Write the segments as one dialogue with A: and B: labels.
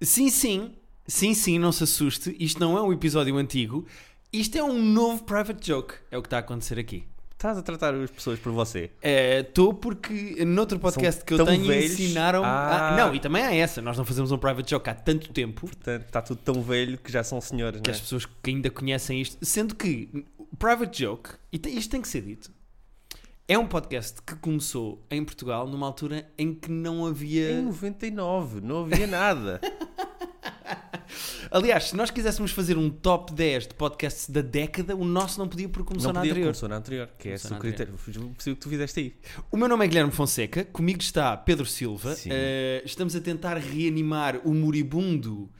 A: Sim, sim. Sim, sim, não se assuste. Isto não é um episódio antigo. Isto é um novo private joke. É o que está a acontecer aqui.
B: Estás a tratar as pessoas por você.
A: Estou porque noutro podcast
B: São
A: que eu
B: tão
A: tenho
B: velhos.
A: ensinaram.
B: Ah.
A: Ah, não, e também há essa. Nós não fazemos um private joke há tanto tempo
B: Portanto, está tudo tão velho que já são senhores,
A: que
B: não é?
A: as pessoas que ainda conhecem isto. Sendo que o private joke, e te- isto tem que ser dito, é um podcast que começou em Portugal numa altura em que não havia.
B: Em 99, não havia nada.
A: Aliás, se nós quiséssemos fazer um top 10 de podcasts da década, o nosso não podia porque começou
B: não
A: na
B: podia,
A: anterior.
B: começou na anterior, que é
A: Começou
B: esse o
A: na
B: critério. Eu percebo que tu fizeste aí.
A: O meu nome é Guilherme Fonseca, comigo está Pedro Silva.
B: Sim.
A: Eh, estamos a tentar reanimar o moribundo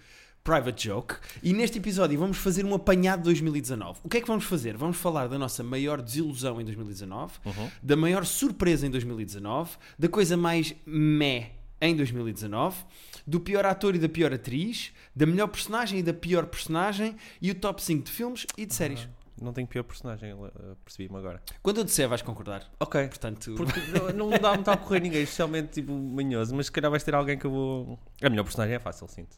A: Private Joke e neste episódio vamos fazer um apanhado de 2019. O que é que vamos fazer? Vamos falar da nossa maior desilusão em 2019, da maior surpresa em 2019, da coisa mais meh em 2019, do pior ator e da pior atriz, da melhor personagem e da pior personagem e o top 5 de filmes e de séries.
B: Não tenho pior personagem, eu, uh, percebi-me agora.
A: Quando eu disser, vais concordar.
B: Ok.
A: Portanto,
B: Porque não, não dá- não está a correr ninguém, especialmente tipo manhoso, mas se calhar vais ter alguém que eu vou. A melhor personagem é fácil, sinto.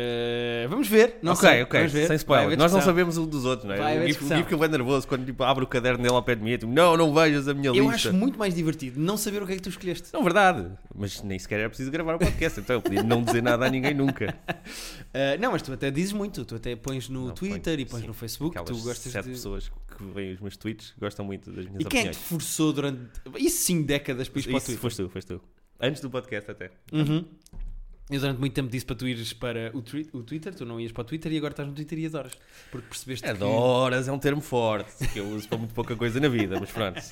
A: eh, vamos ver. Não
B: ok,
A: sei,
B: ok,
A: vamos ver.
B: sem
A: Vai
B: spoiler.
A: haver
B: Nós não
A: discussão.
B: sabemos um dos outros, não
A: Vai haver
B: é? O Gui- o
A: discussão.
B: Gui que eu é nervoso quando tipo, abre o caderno dele ao pé de mim e tipo, não, não vejas a minha
A: Eu
B: lista.
A: acho muito mais divertido não saber o que é que tu escolheste.
B: Não, verdade. Mas nem sequer era preciso gravar o podcast, então eu podia não dizer nada a ninguém nunca.
A: Ah, não, mas tu até dizes muito. Tu até pões no
B: Não,
A: Twitter
B: ponho,
A: e pões
B: sim.
A: no Facebook.
B: Aquelas
A: Tu gostas
B: sete
A: de...
B: pessoas que veem os meus tweets gostam muito das minhas
A: E quem é que
B: opiniões.
A: te forçou durante... Isso sim, décadas para ir para o
B: Isso,
A: Twitter.
B: foste tu, foste tu. Antes do podcast até.
A: Uhum. Eu durante muito tempo disse para tu ires para o, twi- o Twitter. Tu não ias para o Twitter e agora estás no Twitter e adoras. Porque percebeste que...
B: Adoras, é um termo forte que eu uso para muito pouca coisa na vida, mas pronto.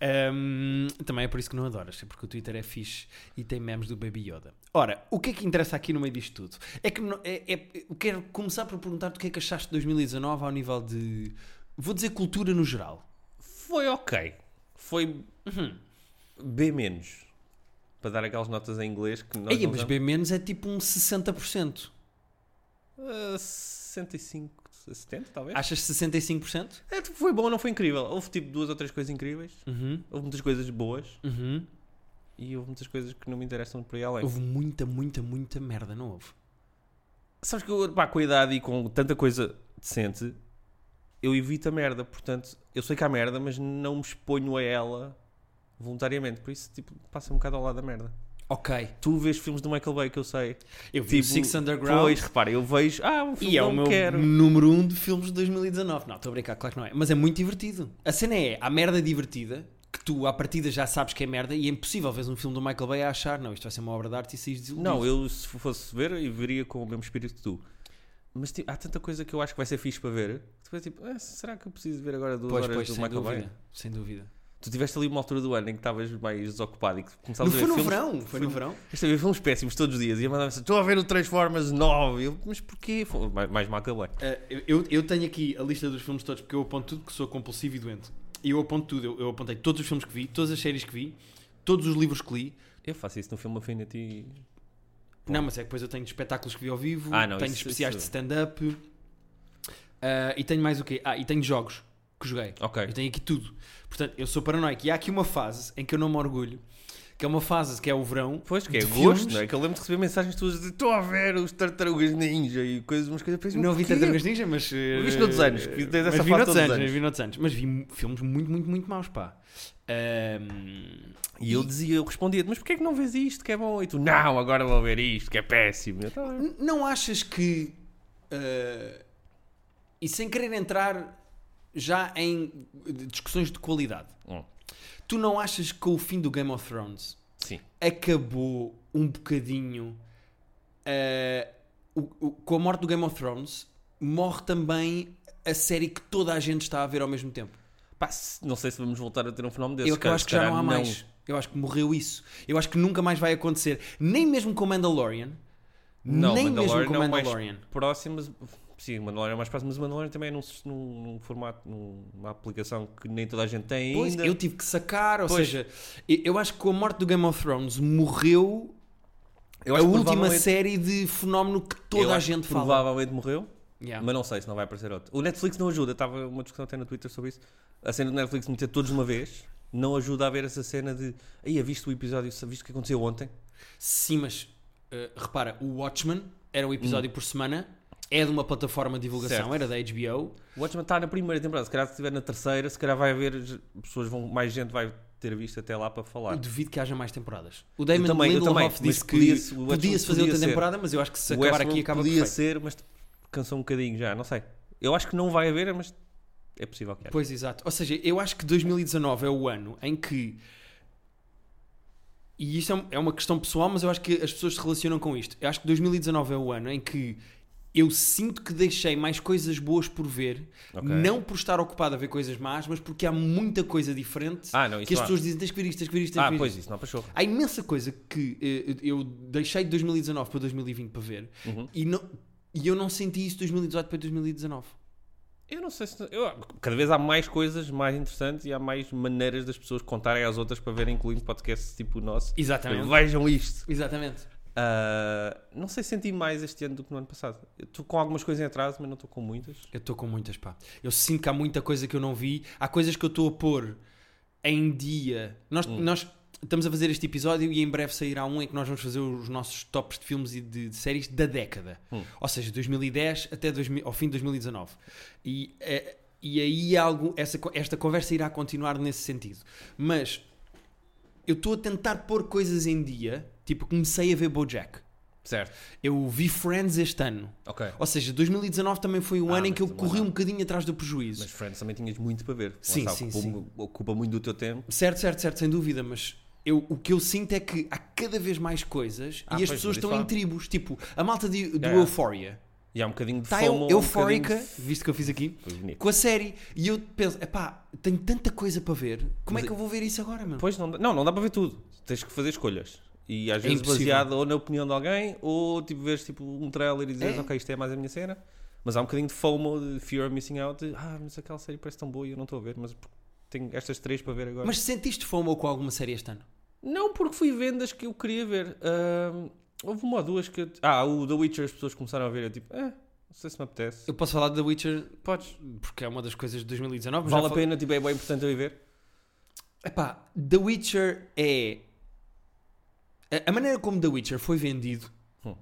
A: Ahm, também é por isso que não adoras. É porque o Twitter é fixe e tem memes do Baby Yoda. Ora, o que é que interessa aqui no meio disto tudo? É que... no- é- é- eu quero começar por perguntar-te o que é que achaste de 2019 ao nível de... Vou dizer cultura no geral.
B: Foi ok. Foi hum, B menos. Para dar aquelas notas em inglês que nós
A: Ei,
B: não
A: mas
B: usamos.
A: B- menos é tipo um 60%.
B: Ah, 65, 70 talvez.
A: Achas 65%?
B: É, tipo, foi bom, não foi incrível. Houve tipo duas ou três coisas incríveis.
A: Uhum.
B: Houve muitas coisas boas
A: Uhum.
B: e houve muitas coisas que não me interessam por aí além.
A: Houve muita, muita, muita merda, não houve?
B: Sabes que eu, pá, com a idade e com tanta coisa decente, eu evito a merda. Portanto, eu sei que há merda, mas não me exponho a ela voluntariamente. Por isso, tipo, passa um bocado ao lado da merda.
A: Ok.
B: Tu vês filmes do Michael Bay que eu sei.
A: Eu vi
B: Tipo,
A: o Six Underground
B: Pois, repara, eu vejo. Ah, um filme
A: e é
B: não
A: o meu
B: quero.
A: número 1 um de filmes de 2019. Não, estou a brincar, claro que não é. Mas é muito divertido. A cena é, há merda divertida, que tu à partida já sabes que é merda e é impossível veres um filme do Michael Bay a achar, não, isto vai ser uma obra de arte e saís desiludido.
B: Não, eu se fosse ver, eu veria com o mesmo espírito que tu. Mas tipo, há tanta coisa que eu acho que vai ser fixe para ver. que Depois, tipo, ah, será que eu preciso ver agora duas
A: Pois,
B: horas
A: pois,
B: do
A: sem
B: Michael
A: dúvida.
B: Bay?
A: Sem dúvida.
B: Tu tiveste ali uma altura do ano em que estavas mais desocupado e que
A: Não
B: começavas a
A: foi
B: ver
A: no
B: filmes.
A: verão, foi no verão.
B: Este a ver filmes péssimos todos os dias e a mandar mensagem: Estou a ver o Transformers 9. Eu, mas porquê? Foi mais, mais Michael Bay.
A: Uh, eu- eu, eu tenho aqui a lista dos filmes todos porque eu aponto tudo que sou compulsivo e doente. E eu aponto tudo. Eu, eu apontei todos os filmes que vi, todas as séries que vi, todos os livros que li.
B: Eu faço isso no filme Affinity.
A: Não, mas é que depois eu tenho de espetáculos que vi ao vivo,
B: Ah, não,
A: tenho
B: isso-
A: especiais
B: isso-
A: de stand-up. uh, e tenho mais o quê? Ah, e tenho jogos que joguei.
B: Ok.
A: Eu tenho aqui tudo. Portanto, eu sou paranoico. E há aqui uma fase em que eu não me orgulho, que é uma fase que é o verão.
B: Pois, que é
A: de
B: gosto,
A: filmes.
B: não é? Que eu lembro de receber mensagens tuas de estou a ver os Tartarugas Ninja e coisas, umas coisas parecidas.
A: Não vi
B: Porquê?
A: Tartarugas Ninja, mas. eh,
B: Viste noutros anos, que tens essa
A: mas vi
B: fase
A: noutros
B: todos os
A: anos,
B: anos.
A: vi noutros anos. Mas vi mu- filmes muito, muito, muito maus, pá. Ahm,
B: E eu dizia, eu respondia mas porquê é que não vês isto que é bom? E tu, não, agora vou ver isto que é péssimo. Eu, "Tá bem."
A: N- Não achas que. eh, e sem querer entrar já em discussões de qualidade,
B: Hum,
A: tu não achas que com o fim do Game of Thrones
B: sim.
A: acabou um bocadinho. eh, o- o- com a morte do Game of Thrones, morre também a série que toda a gente está a ver ao mesmo tempo?
B: Pá, se- não sei se vamos voltar a ter um fenómeno desse.
A: Eu, que eu acho que já não há mais. Eu acho que morreu isso. Eu acho que nunca mais vai acontecer. Nem mesmo com Mandalorian.
B: Não,
A: nem mesmo
B: Mandalorian é
A: com
B: o mais
A: Mandalorian.
B: próximo. mas- Sim, Mandalorian é mais próximo, mas o Mandalorian também é num, num- num formato, num- numa aplicação que nem toda a gente tem
A: Pois,
B: ainda.
A: eu tive que sacar, ou
B: Pois.
A: seja, eu eu acho que com a morte do Game of Thrones morreu
B: Eu
A: a
B: acho que
A: última
B: provavelmente-
A: série de fenómeno que toda
B: eu
A: a
B: acho que
A: gente fala.
B: Provavelmente morreu,
A: Yeah.
B: mas não sei se não vai aparecer outro. O Netflix não ajuda, estava uma discussão até no Twitter sobre isso. A cena do Netflix meter todos de uma vez não ajuda a ver essa cena de. Aí, viste o episódio, viste o que aconteceu ontem?
A: Sim, mas eh, repara, o Watchmen era um episódio por semana, é de uma plataforma de divulgação,
B: Hum. Certo.
A: era da HBO.
B: O Watchmen está na primeira temporada, se calhar se estiver na terceira, se calhar vai haver pessoas, vão, mais gente vai ter visto até lá para falar.
A: Eu duvido que haja mais temporadas. O Damon
B: Eu também, eu também,
A: Lindelof
B: mas
A: disse que
B: podia-se- o
A: podia-se
B: Watchmen
A: fazer
B: podia
A: outra
B: ser.
A: temporada, mas eu acho que se
B: O
A: acabar
B: Westworld
A: aqui acaba
B: podia
A: perfeito.
B: ser, mas cansou um bocadinho já, não sei. Eu acho que não vai haver, mas é possível que haja.
A: Pois, exato. Ou seja, eu acho que 2019 é o ano em que. E isto é um- é uma questão pessoal, mas eu acho que as pessoas se relacionam com isto. Eu acho que 2019 é o ano em que eu sinto que deixei mais coisas boas por ver,
B: Ok.
A: não por estar ocupado a ver coisas más, mas porque há muita coisa diferente
B: Ah, não, isso
A: que as
B: há.
A: pessoas dizem: tens que ver isto, tens que ver isto, tens
B: Ah,
A: que ver isto.
B: pois isso, não pachorra.
A: Há imensa coisa que eh, eu deixei de 2019 para 2020 para ver
B: Uhum.
A: e, não- e eu não senti isso de 2018 para 2019.
B: Eu não sei se. eu- cada vez há mais coisas mais interessantes e há mais maneiras das pessoas contarem às outras para verem, incluindo podcasts tipo o nosso.
A: Exatamente.
B: Vejam isto.
A: Exatamente.
B: Ah, não sei se senti mais este ano do que no ano passado. Eu Estou com algumas coisas em atraso, mas não estou com muitas.
A: Eu estou com muitas, pá. Eu sinto que há muita coisa que eu não vi. Há coisas que eu estou a pôr em dia. Nós, nós estamos a fazer este episódio e em breve sairá um em que nós vamos fazer os nossos tops de filmes e de, de séries da década. Ou seja, 2010 até 2000 ao fim de 2019. E, eh, e aí há algum, essa, co- esta conversa irá continuar nesse sentido. Mas eu estou a tentar pôr coisas em dia. Tipo, comecei a ver Bojack.
B: Certo.
A: Eu vi Friends este ano.
B: Ok.
A: Ou seja, 2019 também foi um
B: Ah,
A: ano em
B: mas
A: que eu
B: também
A: corri
B: não.
A: um bocadinho atrás do prejuízo.
B: Mas Friends também tinhas muito para ver. Lá
A: Sim,
B: está,
A: sim,
B: ocupa,
A: sim.
B: ocupa muito do teu tempo.
A: Certo, certo, certo, sem dúvida, mas eu, o que eu sinto é que há cada vez mais coisas
B: Ah,
A: e as pessoas
B: pois, mas isso
A: estão em
B: há.
A: tribos. Tipo, a malta de, do
B: É.
A: Euphoria
B: E há um bocadinho de
A: está
B: fomo, um
A: Tá eufórica,
B: bocadinho de-
A: visto que eu fiz aqui,
B: Foi bonito.
A: com a série. E eu penso, epá, tenho tanta coisa para ver, como
B: Mas
A: é que eu vou ver isso agora, mano?
B: Pois não, dá- não, não dá para ver tudo. Tens que fazer escolhas. E às vezes
A: É impossível.
B: baseado ou na opinião de alguém, ou tipo vês tipo, um trailer e dizes,
A: É.
B: ok, isto é mais a minha cena. Mas há um bocadinho de FOMO, de Fear of Missing Out, de, ah, mas aquela série parece tão boa e eu não estou a ver, mas tenho estas três para ver agora.
A: Mas sentiste fome ou com alguma série este ano?
B: Não porque fui vendas que eu queria ver. Ahm, houve uma ou duas que... eu- Ah, o The Witcher as pessoas começaram a ver, eu tipo, eh, não sei se me apetece.
A: Eu posso falar de The Witcher
B: Podes.
A: porque é uma das coisas de 2019. mas
B: Vale
A: já
B: a
A: fal-
B: pena, tipo, é bem importante eu ir ver.
A: Epá, The Witcher é. A- A maneira como The Witcher foi vendido
B: Hum.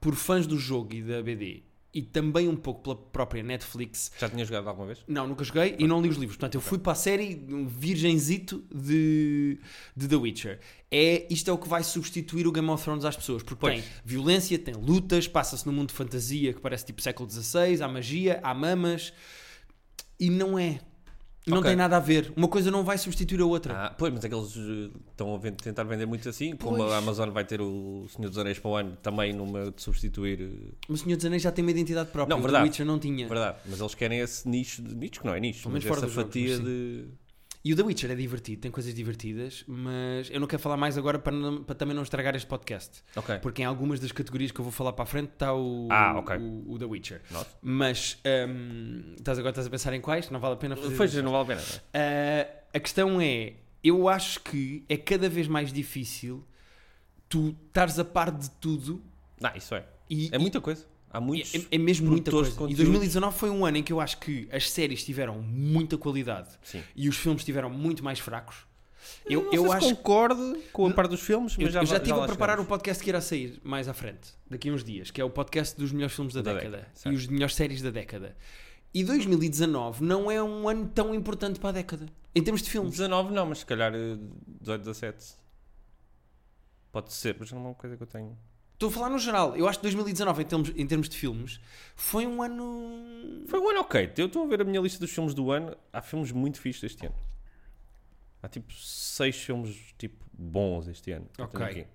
A: por fãs do jogo e da BD e também um pouco pela própria Netflix.
B: Já tinha jogado alguma vez?
A: Não, nunca joguei e não li os livros. Portanto, eu fui para a série um virgenzito de, de The Witcher. É, isto é o que vai substituir o Game of Thrones às pessoas. Porque
B: Pois.
A: tem violência, tem lutas, passa-se num mundo de fantasia que parece tipo século XVI, há magia, há mamas. E não é. Não
B: Ok.
A: tem nada a ver. Uma coisa não vai substituir a outra.
B: Ah, pois, mas aqueles estão a ven- tentar vender muito assim, como
A: Pois.
B: a Amazon vai ter o Senhor dos Anéis para o ano também numa de substituir. eh,
A: Mas o Senhor dos Anéis já tem uma identidade própria.
B: Não,
A: o
B: verdade.
A: The Witcher não tinha.
B: Verdade, mas eles querem esse nicho, de, nicho que não é nicho,
A: Pelo
B: mas
A: menos fora
B: essa
A: dos jogos,
B: fatia
A: mas
B: de.
A: E o The Witcher é divertido, tem coisas divertidas, mas eu não quero falar mais agora para, não- para também não estragar este podcast.
B: Ok.
A: Porque em algumas das categorias que eu vou falar para a frente está o,
B: É. Ah, ok.
A: o, o The Witcher.
B: Nossa.
A: Mas hum, estás agora estás a pensar em quais? Não vale a pena fazer.
B: Pois, não vale a pena. não é?
A: Ah, a questão é, eu acho que é cada vez mais difícil tu estares a par de tudo
B: Não, isso é.
A: e,
B: É muita coisa. Há muitos.
A: É, é mesmo muita
B: produtores
A: coisa.
B: de
A: E
B: conteúdos.
A: 2019 foi um ano em que eu acho que as séries tiveram muita qualidade
B: Sim.
A: e os filmes tiveram muito mais fracos.
B: Eu,
A: Eu,
B: não
A: eu
B: sei
A: acho
B: se concordo com a parte dos filmes, mas
A: eu,
B: já
A: eu já
B: va-
A: estive
B: lá
A: a preparar
B: chegamos.
A: o podcast que irá sair mais à frente, daqui a uns dias, que é o podcast dos melhores filmes da,
B: Da
A: década,
B: década,
A: e
B: certo.
A: os melhores séries da década. E 2019 não é um ano tão importante para a década, em termos de filmes.
B: 19 não, mas se calhar eh, 18, 17. Pode ser, mas não é uma coisa que eu tenho.
A: Estou a falar no geral. Eu acho que 2019, em termos, em termos de filmes, foi um ano.
B: Foi um ano ok. Eu estou a ver a minha lista dos filmes do ano. Há filmes muito fixos este ano. Há tipo seis filmes tipo bons este ano. que eu
A: Ok.
B: tenho aqui.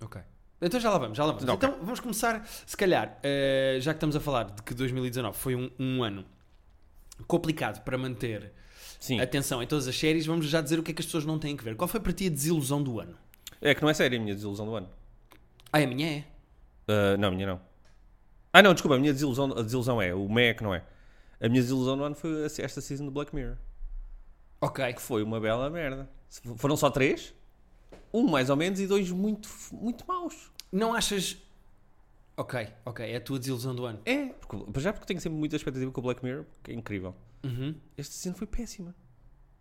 A: Ok. Então já lá vamos, já lá vamos.
B: Ok.
A: Então vamos começar, se calhar, eh, já que estamos a falar de que 2019 foi um, um ano complicado para manter
B: Sim.
A: atenção em todas as séries, vamos já dizer o que é que as pessoas não têm que ver. Qual foi para ti a desilusão do ano?
B: É que não é sério a minha desilusão do ano.
A: Ah, a minha é.
B: Ah, não, a minha não. Ah, não, desculpa. A minha desilusão, a desilusão é. O Mac não é. A minha desilusão do ano foi a- esta season do Black Mirror.
A: Ok.
B: Que foi uma bela merda. Se for- Foram só três? Um mais ou menos e dois muito, f- muito maus.
A: Não achas. Ok, ok, é a tua desilusão do ano.
B: É. Porque, para já porque tenho sempre muita expectativa com o Black Mirror. Porque é incrível.
A: Uhum.
B: Esta season foi péssima.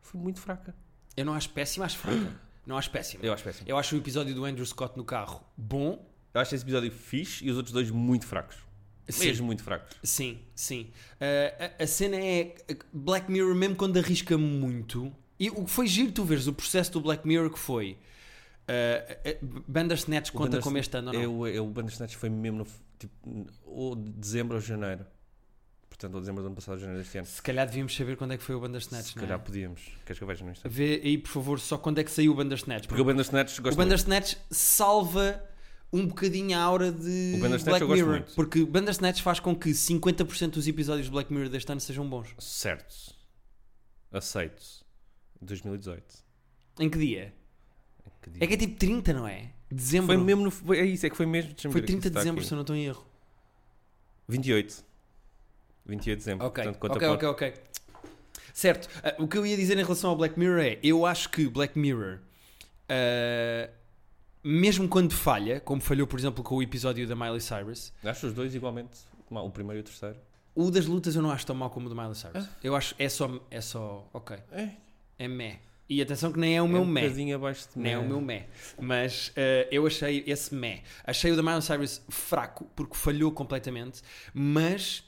B: Foi muito fraca.
A: Eu não acho péssima, acho fraca. Não acho péssima.
B: Eu acho péssima.
A: Eu acho o episódio do Andrew Scott no carro bom,
B: Eu acho esse episódio fixe e os outros dois muito fracos.
A: Sim.
B: Mesmo muito fracos.
A: Sim, sim. Ah, a, a cena é. Black Mirror, mesmo quando arrisca muito. E o que foi giro tu veres o processo do Black Mirror que foi. Uh, Bandersnatch
B: O
A: conta
B: Banders-
A: como este ano ou não?
B: É, o, é, o Bandersnatch foi mesmo no, f- tipo, n- ou de dezembro ou janeiro. Portanto, ou dezembro do ano passado, ou janeiro deste ano.
A: Se calhar devíamos saber quando é que foi o Bandersnatch,
B: Se
A: não é?
B: calhar podíamos. Queres que eu veja no Instagram?
A: Vê aí, por favor, só quando é que saiu o Bandersnatch.
B: Porque o Bandersnatch
A: o
B: gosta
A: Bandersnatch salva um bocadinho a aura de
B: O Bandersnatch
A: Black
B: eu gosto
A: Mirror.
B: muito.
A: Porque Bandersnatch faz com que 50% dos episódios de Black Mirror deste ano sejam bons.
B: Certo. Aceito. 2018.
A: Em que dia?
B: Que dia?
A: É que é tipo 30, não é? Dezembro.
B: Foi mesmo no. foi- É isso, é que foi mesmo. deixa-me
A: Foi
B: ver aqui
A: 30
B: se
A: de
B: está
A: dezembro,
B: aqui.
A: se eu não estou em erro.
B: 28. 28 de dezembro.
A: Ok,
B: Portanto, conta
A: ok, ok,
B: para-
A: ok. Certo. Ah, o que eu ia dizer em relação ao Black Mirror é: eu acho que Black Mirror, ah, mesmo quando falha, como falhou, por exemplo, com o episódio da Miley Cyrus,
B: Acho os dois igualmente mal. O primeiro e o terceiro.
A: o das lutas eu não acho tão mau como o do Miley Cyrus.
B: Ah.
A: Eu acho é só. É só. Ok.
B: É.
A: É mé. E atenção que nem é o
B: É
A: meu
B: um
A: mé.
B: bocadinho abaixo de
A: Nem é o meu mé. Mas eh, eu achei esse mé. Achei o da Miley Cyrus fraco, porque falhou completamente, mas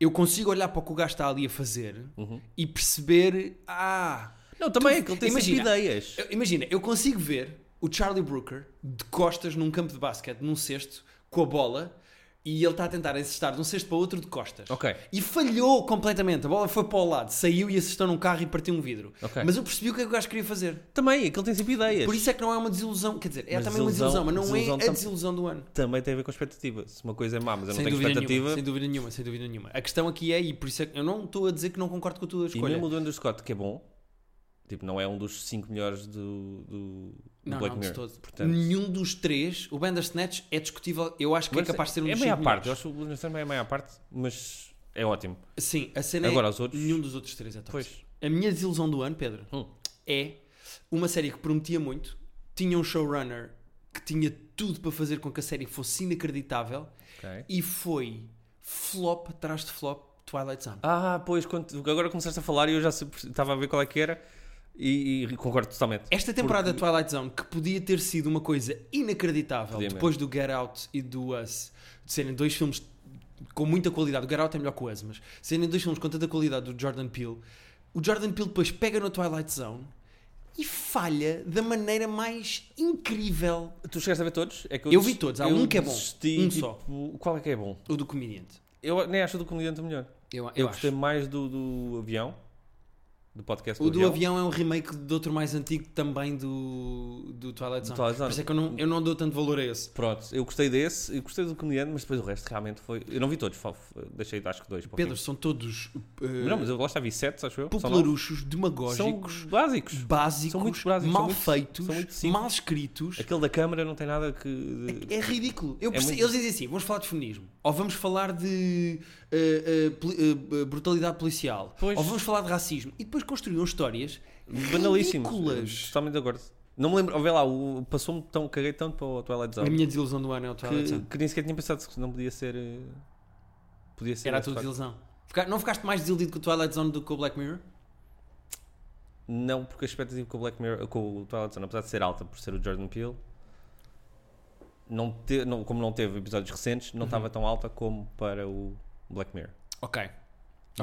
A: eu consigo olhar para o que o gajo está ali a fazer
B: Uhum.
A: e perceber. Ah!
B: Não, também
A: Tu-
B: é que ele tem
A: imagina.
B: sempre ideias.
A: Eu- imagina, eu consigo ver o Charlie Brooker de costas num campo de basquete, num cesto, com a bola, e ele está a tentar assistar de um cesto para outro de costas.
B: Ok.
A: E falhou completamente. A bola foi para o lado, saiu e assistou num carro e partiu um vidro.
B: Ok.
A: Mas eu percebi o que é que o gajo queria fazer.
B: Também é que ele tem sempre ideias.
A: Por isso é que não é uma desilusão. Quer dizer, é
B: Mas
A: também uma desilusão,
B: desilusão-
A: mas não
B: desilusão
A: é a
B: tam-
A: desilusão do ano.
B: Também tem a ver com expectativa. Se uma coisa é má, mas eu não
A: Sem
B: tenho
A: dúvida,
B: expectativa.
A: nenhuma, sem dúvida nenhuma, sem dúvida nenhuma. A questão aqui é, e por isso é que eu não estou a dizer que não concordo com a tua
B: E
A: escolha.
B: mesmo o do Andrew Scott, que é bom, tipo, não é um dos 5 melhores do, do, do
A: Não,
B: Black
A: não, de
B: Mirror.
A: todo.
B: Portanto,
A: Nenhum dos três, o Bandersnatch é discutível. Eu acho que é capaz de ser um
B: é
A: dos
B: meia
A: cinco
B: parte. Eu
A: melhores.
B: acho que o Bandersnatch é meia parte, mas é ótimo.
A: Sim, a cena
B: Agora,
A: é.
B: os outros-
A: Nenhum dos outros três é top.
B: Pois.
A: A minha desilusão do ano, Pedro,
B: Hum.
A: é uma série que prometia muito, tinha um showrunner que tinha tudo para fazer com que a série fosse inacreditável
B: Ok.
A: e foi flop atrás de flop Twilight Zone.
B: Ah, pois, quando, agora começaste a falar e eu já se- estava a ver qual é que era e, e concordo totalmente.
A: Esta temporada de Twilight Zone, que podia ter sido uma coisa inacreditável
B: Podia
A: depois do Get Out e do Us, de serem dois filmes com muita qualidade, o Get Out é melhor que o Us, mas serem dois filmes com tanta qualidade do Jordan Peele, o Jordan Peele depois pega no Twilight Zone e falha da maneira mais incrível
B: Tu chegaste a ver todos? É que
A: Eu vi todos. Há
B: eu
A: um que é bom.
B: desisti,
A: Um
B: tipo, Qual é que é bom?
A: o do comediante.
B: Eu nem acho o do comediante melhor.
A: Eu, eu
B: Eu,
A: acho.
B: gostei mais do, do avião, do podcast
A: O do avião é um remake de outro mais antigo também do, do Twilight
B: Do
A: Zone.
B: Twilight Zone.
A: Por isso é que eu não, eu não dou tanto valor a esse.
B: Pronto, eu gostei desse, eu gostei do comediante, mas depois o resto realmente foi. Eu não vi todos, fa- deixei acho que dois. Para o
A: Pedro,
B: fim.
A: são todos eh,
B: Não, mas eu lá está, vi sete, acho eu. São, nove.
A: popularuchos,
B: São
A: demagógicos,
B: básicos.
A: básicos,
B: São muito básicos, são
A: mal
B: muito-
A: feitos,
B: são muito simples.
A: mal escritos.
B: Aquele da câmara não tem nada que.
A: É ridículo. Eu
B: É
A: perce-
B: muito-
A: Eles dizem assim: vamos falar de feminismo, ou vamos falar de eh, eh, poli- eh, eh, brutalidade policial,
B: Pois.
A: ou vamos falar de racismo. E depois construíam histórias
B: Banalíssimos.
A: é ridículas.
B: Totalmente de acordo. Não me lembro, vê lá, o- passou-me tão, caguei tanto para o Twilight
A: A
B: Zone
A: minha desilusão do ano é o Twilight
B: que,
A: Zone.
B: que nem sequer tinha pensado que não podia ser. eh, Podia ser.
A: Era a
B: esse
A: tua
B: facto.
A: desilusão. Fica- Não ficaste mais desiludido com o Twilight Zone do que com o Black Mirror?
B: Não, porque a expectativa com o Black Mirror, com o Twilight Zone, apesar de ser alta por ser o Jordan Peele, não te- não- como não teve episódios recentes,
A: Uhum.
B: não estava tão alta como para o Black Mirror.
A: Ok.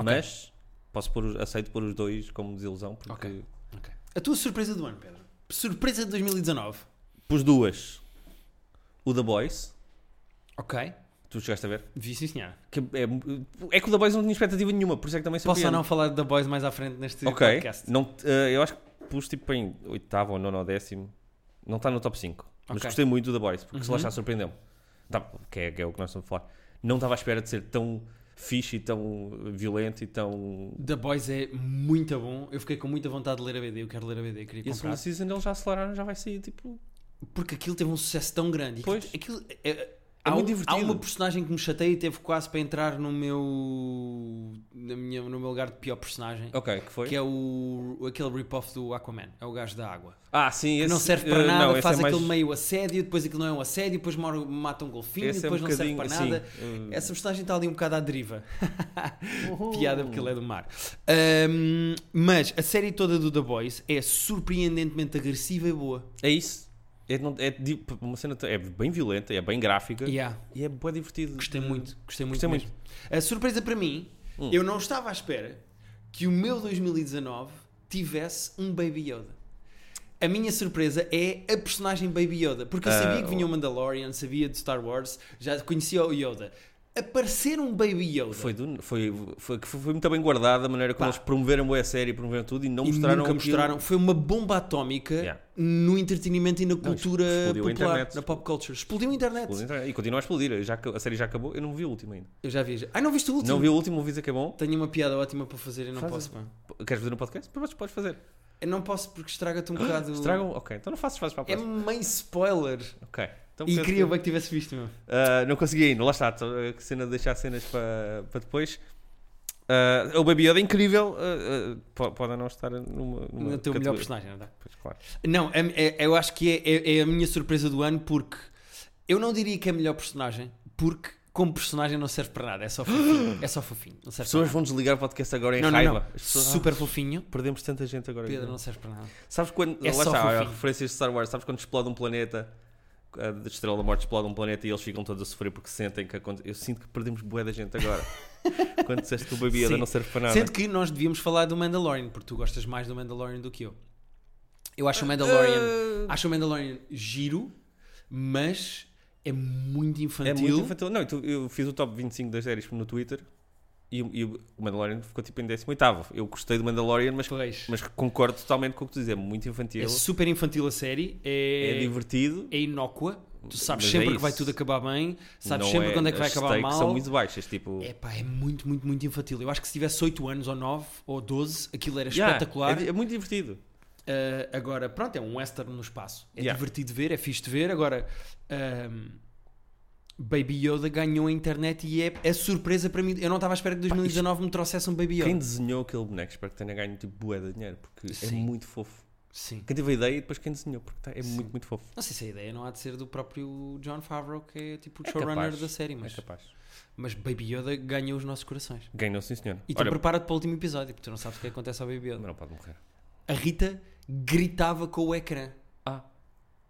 B: Mas posso pôr, os- aceito pôr os dois como desilusão, porque
A: Ok. ok. A tua surpresa do ano, Pedro? Surpresa de 2019.
B: pus duas. O The Boys,
A: Ok.
B: tu chegaste a ver?
A: Vi sim, senhora.
B: Que é, é que o The Boys não tinha expectativa nenhuma, por isso é que também
A: Posso ou
B: surpreende.
A: não falar de The Boys mais à frente neste
B: Ok,
A: tipo podcast?
B: não, eh, eu acho que pus tipo em oitavo ou nono ou décimo. Não está no top 5. Mas
A: Ok.
B: gostei muito do The Boys, porque se lá
A: Uhum.
B: está surpreendeu-me. Tá, que, é, que é o que nós estamos a falar. Não estava à espera de ser tão fixe e tão violento e tão.
A: The Boys é muito bom. Eu fiquei com muita vontade de ler a BD. Eu quero ler a BD, queria
B: E a segunda
A: comprar.
B: um season eles já aceleraram, já vai sair tipo.
A: Porque aquilo teve um sucesso tão grande. E
B: Pois.
A: Aquilo, aquilo é, é-
B: É
A: há,
B: muito
A: um-
B: divertido.
A: há uma personagem que me chateia e teve quase para entrar no meu, na minha, no meu lugar de pior personagem.
B: Ok, que foi?
A: Que é o, aquele rip-off do Aquaman. É o gajo da água.
B: Ah, sim,
A: Que
B: esse.
A: não serve
B: eh,
A: para nada,
B: esse
A: faz
B: é mais-
A: aquele meio assédio, depois aquilo não é um assédio, depois mora- mata um golfinho,
B: esse é um
A: depois não serve para
B: bocadinho-
A: nada.
B: sim, eh,
A: Essa personagem está ali um bocado à deriva. Piada porque ele é do mar. Ahm, mas a série toda do The Boys é surpreendentemente agressiva e boa.
B: É isso. É, não- é di- uma cena t- é bem violenta, é bem gráfica
A: Yeah.
B: e é bem divertido.
A: Gostei
B: de-
A: muito, Hum. gostei muito
B: Gostei
A: mesmo. A surpresa para mim,
B: Hum.
A: eu não estava à espera que o meu 2019 tivesse um Baby Yoda. A minha surpresa é a personagem Baby Yoda, porque eu
B: Ah,
A: sabia que vinha
B: o-
A: o Mandalorian, sabia de Star Wars, já conhecia o Yoda. Aparecer um Baby Yoda
B: Foi, do- foi, foi, que foi, foi muito bem guardada a maneira como
A: Pá.
B: eles promoveram a série, promoveram tudo e não
A: e
B: mostraram.
A: nunca
B: aquilo.
A: mostraram, foi uma bomba atómica
B: Yeah.
A: no entretenimento e na cultura
B: explodiu a
A: popular,
B: internet.
A: na pop culture. Explodiu a internet.
B: E continua a explodir. Já, que- a série já acabou. Eu não vi o último ainda.
A: Eu já vi. já- Ai, não viste o último?
B: Não vi o último, ouvi dizer que é bom.
A: Tenho uma piada ótima para fazer e não
B: Faz.
A: posso, pá.
B: Queres fazer um podcast? Pois podes fazer.
A: Eu não posso porque estraga-te um bocado.
B: Estragam? Ok, então não faças, fazes para a
A: É
B: próxima.
A: meio spoiler.
B: Ok. Então,
A: E
B: penso
A: queria
B: que-
A: bem que tivesse visto, meu.
B: Ah, não consegui ainda, lá está. Tô, eh, Que cena de deixar cenas para, para depois. Ah, o Baby Yoda é incrível. ah, ah, po- podem não estar numa. numa
A: No teu
B: categoria.
A: melhor personagem, não dá?
B: Pois, claro.
A: Não, é- é- eu acho que é, é- é a minha surpresa do ano porque eu não diria que é a melhor personagem, porque como personagem não serve para nada, é só fofinho. É só fofinho, não
B: As
A: serve
B: pessoas vão desligar o podcast agora em
A: para nada.
B: raiva.
A: Não, não, não.
B: As pessoas- é. ah,
A: Super fofinho.
B: perdemos tanta gente agora.
A: Pedro, não serve para nada.
B: Sabes quando.
A: É
B: lá
A: só
B: está, há
A: fofinho.
B: referências de Star Wars. Sabes quando explode um planeta. A Estrela da Morte explode um planeta e eles ficam todos a sofrer porque sentem que aconte- Eu sinto que perdemos bué da gente agora. quando disseste que o Baby Yoda
A: Sim.
B: não serve um para nada.
A: Sendo que nós devíamos falar do Mandalorian, porque tu gostas mais do Mandalorian do que eu. Eu acho o Mandalorian,
B: Ah,
A: acho o Mandalorian giro, mas é muito infantil.
B: É muito infantil. Não, e tu- eu fiz o top 25 das séries no Twitter e, o- e o Mandalorian ficou tipo em 18. Eu gostei do Mandalorian, mas,
A: Pois.
B: mas concordo totalmente com o que tu dizes. É muito infantil,
A: É super infantil a série.
B: é,
A: É,
B: divertido.
A: é inócua. Tu sabes
B: Mas é
A: sempre que vai
B: isso.
A: tudo acabar bem, sabes
B: não
A: sempre quando é que vai
B: as
A: acabar
B: stakes
A: mal.
B: são muito baixas, tipo.
A: É pá, é muito, muito, muito infantil. Eu acho que se tivesse 8 anos ou 9 ou 12, aquilo era
B: Yeah,
A: espetacular.
B: É, é muito divertido.
A: Ah, agora, pronto, é um western no espaço. É
B: Yeah.
A: divertido de ver, é fixe de ver. Agora, ahm, Baby Yoda ganhou a internet e é, é surpresa para mim. Eu não estava à espera que 2019 me trouxesse um Baby Yoda.
B: Quem desenhou aquele boneco espero que tenha ganho tipo bué de dinheiro, porque é
A: Sim.
B: muito fofo.
A: Sim.
B: Quem teve a ideia e depois quem desenhou, porque tá- é
A: Sim.
B: muito, muito fofo.
A: Não sei se a ideia não há de ser do próprio John Favreau, que é tipo o
B: É
A: showrunner
B: capaz,
A: da série,
B: É
A: mas,
B: capaz.
A: mas Baby Yoda ganhou os nossos corações.
B: Ganhou, sim, senhor.
A: E tu
B: Olha,
A: prepara-te para o último episódio, porque tu não sabes o que acontece ao Baby
B: mas
A: Yoda.
B: não pode morrer.
A: A Rita gritava com o ecrã.
B: Ah,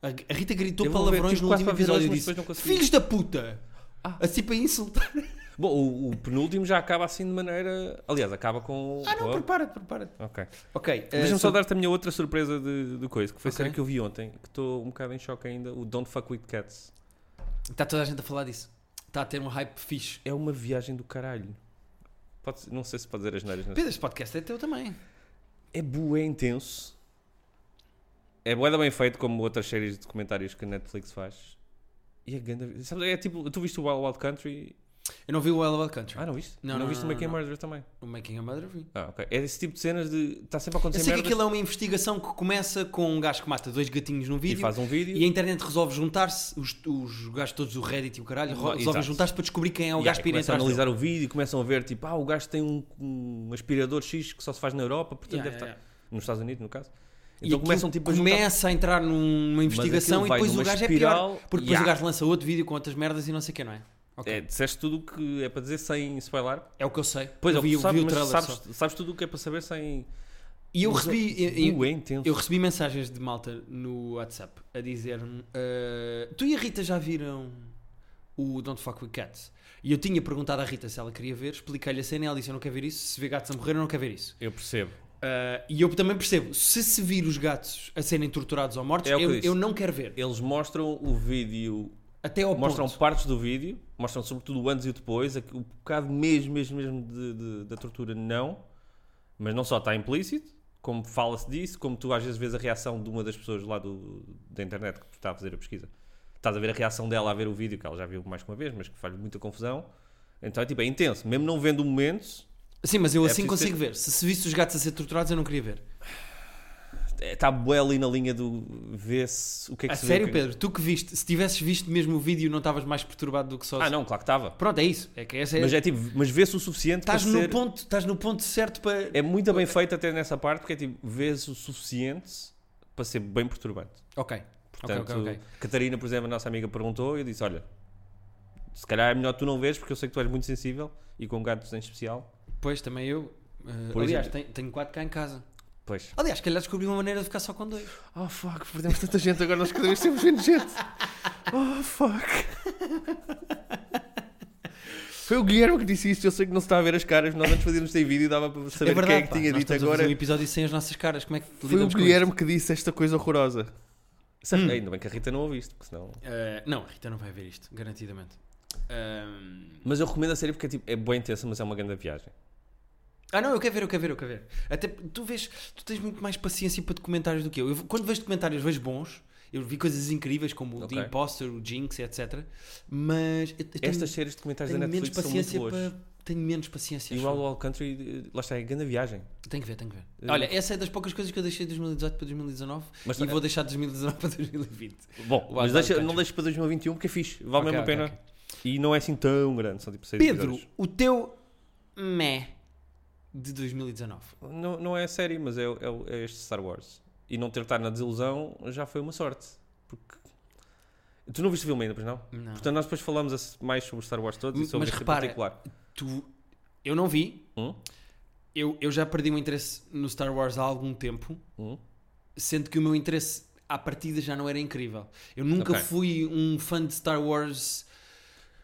A: A a Rita gritou
B: Eu vou ver,
A: palavrões
B: tive
A: no
B: um quase
A: último
B: para ver hoje,
A: episódio e
B: mas
A: disse:
B: depois não consegui.
A: Filhos da puta!
B: Ah.
A: Assim para insultar.
B: Bom, o, o penúltimo já acaba assim de maneira. Aliás, acaba com.
A: Ah, não,
B: com-
A: prepara-te, prepara-te.
B: Ok.
A: Ok, eh,
B: Deixa-me só
A: sobre-
B: dar-te a minha outra surpresa de, de coisa, que foi a
A: Ok.
B: série que eu vi ontem, que estou um bocado em choque ainda, o Don't Fuck With Cats.
A: Está Tá toda a gente a falar disso. Está a ter um hype fixe.
B: É uma viagem do caralho. Pode- não sei se pode dizer as neiras.
A: Pedro, este podcast é teu também.
B: É bué intenso. É bué da bem feito, como outras séries de documentários que a Netflix faz. E é ganda... Sabes, é tipo... Tu viste o Wild Wild Country?
A: Eu não vi o Wild Wild Country.
B: Ah, não viste?
A: Não,
B: não,
A: não,
B: viste
A: não,
B: o Making a
A: não.
B: Murderer também?
A: O Making a Mother vi.
B: Ah, ok. É esse tipo de cenas de... Está sempre a
A: Eu
B: acontecer
A: sei que
B: merdas
A: aquilo é uma investigação que começa com um gajo que mata dois gatinhos num
B: e
A: vídeo.
B: faz um vídeo.
A: E então a internet resolve juntar-se, os, os gajos todos do Reddit e o caralho,
B: Não,
A: ro- resolvem
B: exato.
A: juntar-se para descobrir quem é o
B: Yeah,
A: gajo
B: e
A: para ir
B: começam
A: atrás
B: a
A: dele.
B: analisar o vídeo e começam a ver, tipo, ah, o gajo tem um, um aspirador X que só se faz na Europa, portanto
A: Yeah,
B: deve
A: yeah,
B: estar nos Estados Unidos, no caso.
A: E
B: Então
A: aquilo
B: começam tipo a juntar...
A: começa a entrar numa investigação
B: aquilo
A: e
B: vai
A: depois o
B: numa
A: gajo é
B: espiral.
A: pior. Porque depois
B: Yeah.
A: o gajo lança outro vídeo com outras merdas e não sei o que, não é? Ok.
B: É,
A: É,
B: disseste tudo o que é para dizer sem spoiler.
A: o que eu sei.
B: Pois
A: eu
B: é,
A: vi,
B: tu sabes,
A: vi o
B: mas
A: trailer só.
B: sabes, sabes tudo o que é para saber sem.
A: E eu
B: mas
A: recebi,
B: é,
A: eu,
B: Ué, intenso.
A: eu recebi mensagens de malta no WhatsApp a dizer-me: eh, Tu e a Rita já viram o Don't Fuck with Cats? E eu tinha perguntado à Rita se ela queria ver, expliquei-lhe a cena e ela disse: Eu não quero ver isso. Se vê gatos a morrer, eu não quero ver isso.
B: Eu percebo.
A: Ah, e eu também percebo, se se vir os gatos a serem torturados ou mortos,
B: É o que
A: eu,
B: eu disse.
A: eu não quero ver.
B: Eles mostram o vídeo,
A: Até ao
B: mostram
A: ponto.
B: partes do vídeo, mostram sobretudo o antes e o depois, aqu- o bocado mesmo, mesmo, mesmo de- de- da tortura, não. Mas não só está implícito, como fala-se disso, como tu às vezes vês a reação de uma das pessoas lá do, da internet que está a fazer a pesquisa. Estás a ver a reação dela a ver o vídeo, que ela já viu mais que uma vez, mas que faz muita confusão. Então é tipo, é intenso. Mesmo não vendo o momento,
A: Sim, mas eu
B: É
A: assim
B: preciso
A: consigo ver. Se se visse os gatos a ser torturados, eu não queria ver.
B: está é, tá bué ali na linha do ver-se o que é que
A: a
B: se
A: sério,
B: vê. o que é que-
A: Pedro, tu que viste, se tivesses visto mesmo o vídeo, não estavas mais perturbado do que só.
B: Ah, não, claro que estava.
A: Pronto, é isso. É que essa é-
B: Mas é tipo, mas vê-se o suficiente
A: Estás
B: para
A: no,
B: ser...
A: ponto, estás no ponto certo para.
B: É muito bem feito até nessa parte, porque é tipo, vês o suficiente para ser bem perturbante.
A: Ok.
B: Portanto,
A: ok, ok, ok.
B: Catarina, por exemplo, a nossa amiga perguntou e eu disse, olha, se calhar é melhor tu não vês, porque eu sei que tu és muito sensível e com gatos um em especial.
A: Pois também eu. eh,
B: Por
A: aliás, tenho, tenho quatro cá em casa.
B: Pois.
A: Aliás, se calhar descobri uma maneira de ficar só com dois.
B: Oh fuck, perdemos tanta gente, agora nós cada vez temos menos gente. Oh fuck. Foi o Guilherme que disse isto, eu sei que não se está a ver as caras, nós antes fazíamos ter vídeo e dava para saber
A: é verdade,
B: quem é que
A: pá,
B: tinha
A: nós
B: dito
A: estamos a fazer
B: agora.
A: um episódio sem as nossas caras. Como é que
B: Foi o
A: lidamos com
B: Guilherme que disse esta coisa horrorosa. Sabe-
A: Hum.
B: Ainda bem que a Rita não ouviste, porque senão.
A: isto? Eh, não, a Rita não vai ver isto, garantidamente. Ahm,
B: Mas eu recomendo a série porque é, tipo, é bem intensa, mas é uma grande viagem.
A: Ah, não, eu quero ver, eu quero ver, eu quero ver. Até tu vês, tu tens muito mais paciência para documentários do que eu. eu quando vejo documentários, vejo bons. Eu vi coisas incríveis como o
B: Ok.
A: The Imposter, o Jinx, etc. Mas eu, eu tenho,
B: Estas séries de comentários
A: tenho
B: da
A: menos
B: Netflix são muito
A: paciência
B: boas.
A: para. Tenho menos paciência.
B: E o
A: acho
B: Wild
A: eu.
B: Wild Country, eh, lá está, é grande viagem.
A: Tenho que ver, tenho que ver.
B: Eh,
A: Olha, essa é das poucas coisas que eu deixei de 2018 para 2019
B: Mas- tá-
A: e vou deixar de 2019 para 2020.
B: Bom,
A: Wild
B: mas
A: Wild
B: deixa,
A: Country.
B: não deixes para 2021 porque é fixe,
A: Ok,
B: vale mesmo a
A: ok,
B: pena. E não é assim tão grande, são tipo 6
A: Pedro, o teu meh de 2019.
B: Não, não é série, mas é, é o- é este Star Wars. E não ter estado na desilusão já foi uma sorte. Porque... Tu não viste o filme ainda, pois não?
A: Não.
B: Portanto, nós depois falamos a- mais sobre Star Wars todos e
A: Mas
B: sobre este em
A: repara-
B: particular.
A: Tu, eu não vi,
B: Hum?
A: eu, eu já perdi o interesse no Star Wars há algum tempo.
B: Hum?
A: sendo que o meu interesse à partida já não era incrível. Eu nunca
B: Ok.
A: fui um fã de Star Wars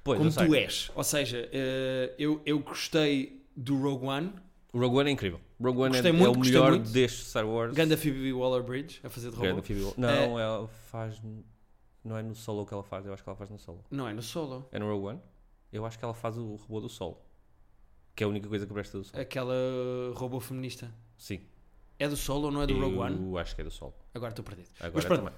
B: Pois,
A: como
B: eu sei.
A: tu é. és. Ou seja, eh, eu, eu gostei do Rogue One,
B: O Rogue One é incrível. O Rogue One é,
A: Gostei
B: é
A: muito,
B: o
A: gostei
B: melhor
A: muito.
B: deste Star Wars.
A: Ganda É. Phoebe Waller-Bridge, a fazer de
B: Grande
A: robô.
B: Phoebe Waller. Não, ela faz. Não é no solo que ela faz, eu acho que ela faz no solo.
A: Não é no solo.
B: É no Rogue One? Eu acho que ela faz o robô do solo. Que é a única coisa que presta do solo.
A: Aquela robô feminista.
B: Sim.
A: É do solo ou não é do Rogue One?
B: Eu acho que é do solo.
A: Agora estou perdido.
B: Agora
A: Mas pronto,
B: também.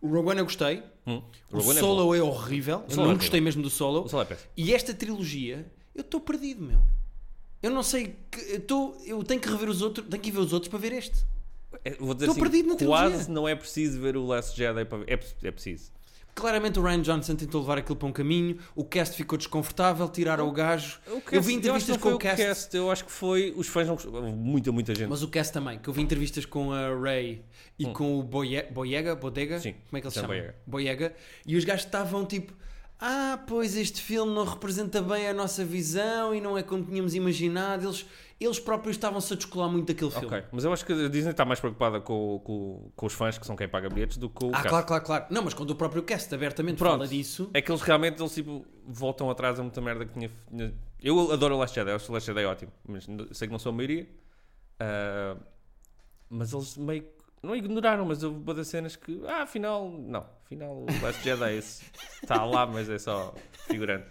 A: o Rogue One eu gostei.
B: Hum,
A: O,
B: Rogue One é bom.
A: solo é, horrível. Eu
B: solo é
A: não
B: horrível.
A: gostei mesmo do solo.
B: O solo é péssimo.
A: E esta trilogia, eu estou perdido, meu. Eu não sei. Que, eu, tô- eu tenho que rever os outros. Tenho que ir ver os outros para ver este.
B: É, Vou dizer
A: Estou
B: assim,
A: perdido na
B: quase
A: trilogia.
B: não é preciso ver o Last Jedi para ver. É, pre- é preciso.
A: Claramente o Ryan Johnson tentou levar aquilo para um caminho, o cast ficou desconfortável, tiraram o gajo. eu vi entrevistas com o cast,
B: Eu acho que foi. Os fãs não gostaram. Muita, muita gente.
A: mas o cast também, que eu vi entrevistas com a Ray e com o Boye- Boyega, Bodega,
B: Hum. Sim,
A: como é que ele se
B: Sam
A: chama?
B: Boyega.
A: Boyega. E os gajos estavam tipo, ah, pois este filme não representa bem a nossa visão e não é como tínhamos imaginado. Eles, eles próprios estavam-se a descolar muito daquele filme.
B: Ok, mas eu acho que a Disney está mais preocupada com, com- com os fãs, que são quem paga bilhetes, do que com o
A: Ah,
B: cast.
A: claro, claro, claro. Não, mas quando o próprio cast abertamente
B: Pronto.
A: fala disso,
B: É que eles realmente eles, tipo, voltam atrás a muita merda que tinha. tinha- Eu adoro o Last Jedi, acho o Last Jedi ótimo, mas n- sei que não sou a maioria. Ah, mas eles meio que. Não ignoraram, mas houve boas cenas que. Ah, afinal. Não, afinal o Last Jedi é esse. Está lá, mas é só figurante.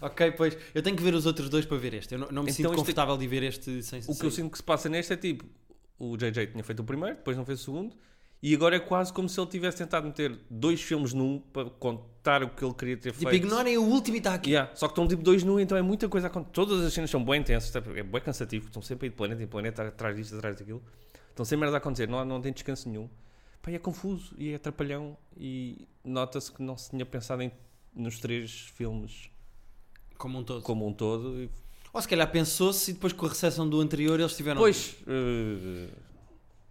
A: ok, pois eu tenho que ver os outros dois para ver este. Eu não, não me
B: Então
A: sinto
B: isto é-
A: confortável de ver este sem
B: O que eu
A: sem-
B: sinto que se passa neste é tipo. O JJ tinha feito o primeiro, depois não fez o segundo. E agora é quase como se ele tivesse tentado meter dois filmes num para contar o que ele queria ter
A: Tipo,
B: feito.
A: ignorem o último e está aqui.
B: Yeah, Só que estão tipo dois nu, então é muita coisa a acontecer. Todas as cenas são bem intensas, tá? é bem cansativo, estão sempre aí de planeta em planeta, atrás disto, atrás daquilo. Estão sempre merda a acontecer, não, há- não tem descanso nenhum. Pá, e é confuso e é atrapalhão. E nota-se que não se tinha pensado em- nos três filmes
A: Como um todo.
B: como um todo. E,
A: Ou se calhar pensou-se e depois com a recessão do anterior eles tiveram.
B: pois, eh,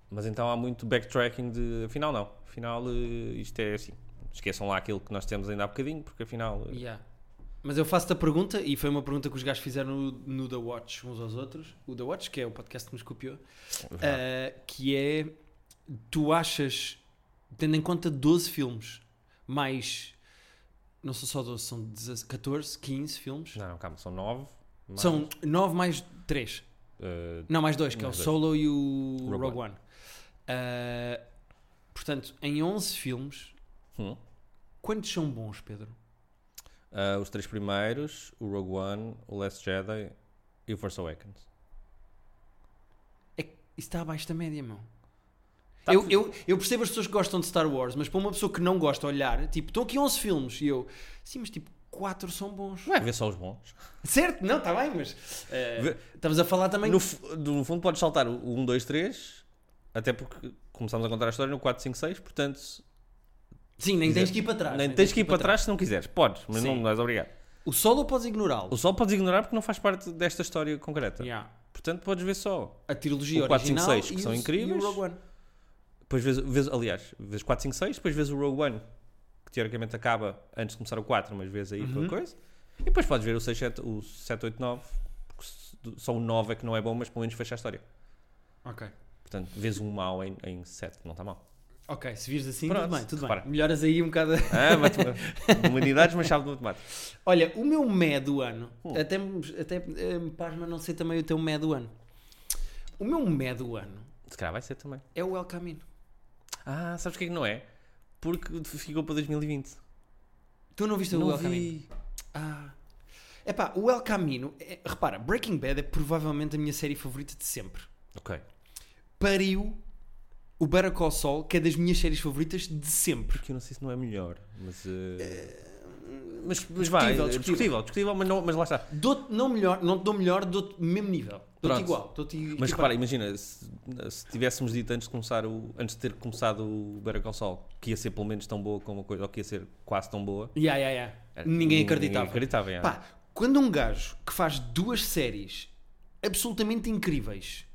B: mas então há muito backtracking de afinal, não, afinal eh, isto é assim. Esqueçam lá aquilo que nós temos ainda há bocadinho, porque afinal. eh,
A: Yeah. Mas eu faço-te a pergunta, e foi uma pergunta que os gajos fizeram no, no The Watch uns aos outros. O The Watch, que é o podcast que nos copiou, ah, que é: tu achas, tendo em conta 12 filmes, mais. Não são só 12, são 16, 14, 15 filmes.
B: Não, calma, são nove. mais,
A: São 9 mais 3.
B: eh,
A: Não, mais dois, que
B: Mais
A: é o
B: dois.
A: Solo e o
B: Rogue
A: Rogue, One. Ah, portanto, em 11 filmes,
B: hum.
A: quantos são bons, Pedro?
B: Ah, os três primeiros, o Rogue One, o Last Jedi e o Force Awakens.
A: É que isso está abaixo da média, meu.
B: Tá,
A: eu, eu, eu percebo as pessoas que gostam de Star Wars, mas para uma pessoa que não gosta olhar, tipo, estão aqui 11 filmes e eu, sim, mas tipo, 4 são bons.
B: Não é ver só os bons.
A: Certo? Não, está bem, mas eh,
B: Vê-
A: estamos a falar também.
B: No, fu- do- no fundo podes saltar o 1, 2, 3, até porque começamos a contar a história no 4, 5, 6, portanto
A: Sim, nem tens que ir para trás.
B: nem tens que ir para trás se não quiseres. Podes, mas não,
A: Sim.
B: não és obrigado.
A: O solo podes ignorá-lo.
B: O Sol podes ignorar porque não faz parte desta história concreta.
A: Yeah.
B: Portanto podes ver só.
A: A trilogia
B: O quatro, cinco,
A: original
B: seis, que
A: e,
B: são
A: o,
B: incríveis.
A: e o Rogue One.
B: Depois vês, vês- aliás, vês 4, 5, 6, depois vês o Rogue One, que teoricamente acaba antes de começar o 4, mas vês aí
A: Uhum.
B: pela coisa. E depois podes ver o 6, 7, o 7 8, 9, porque se- só o 9 é que não é bom, mas pelo menos fecha a história.
A: Ok.
B: Portanto, vês um mal em, em 7, não está mal.
A: Ok, se vires assim,
B: Pronto,
A: tudo bem, tudo
B: repara.
A: bem. Melhoras aí um bocado. a-
B: Ah, matem- humanidades, mas chave de matemática.
A: Olha, o meu mé do ano,
B: Hum.
A: até, me- até eh, me pasma não sei também o teu mé do ano. O meu mé do ano
B: Se calhar vai ser também.
A: é o El Camino.
B: Ah, sabes o que é que não é? Porque ficou para 2020.
A: Tu não viste é o El Camino? Ah. Epá, o El Camino, é- repara, Breaking Bad é provavelmente a minha série favorita de sempre.
B: Ok.
A: Pariu o Better Call Saul, que é das minhas séries favoritas de sempre.
B: Porque eu não sei se não é melhor, mas. eh, Mas, mas
A: discutível,
B: vai, eh,
A: discutível.
B: discutível, discutível, mas, não, mas lá está.
A: Dou-te, não melhor, não te dou melhor, dou-te mesmo nível.
B: Pronto.
A: Dou-te igual. Dou-te tipo
B: Mas
A: equipar-
B: repara, imagina, se, se tivéssemos dito antes de, começar o, antes de ter começado o Better Call Saul, que ia ser pelo menos tão boa como a coisa, ou que ia ser quase tão boa,
A: Yeah, yeah, yeah.
B: era-
A: Ninguém acreditava.
B: é, Ninguém acreditava, é.
A: Pá, quando um gajo que faz duas séries absolutamente incríveis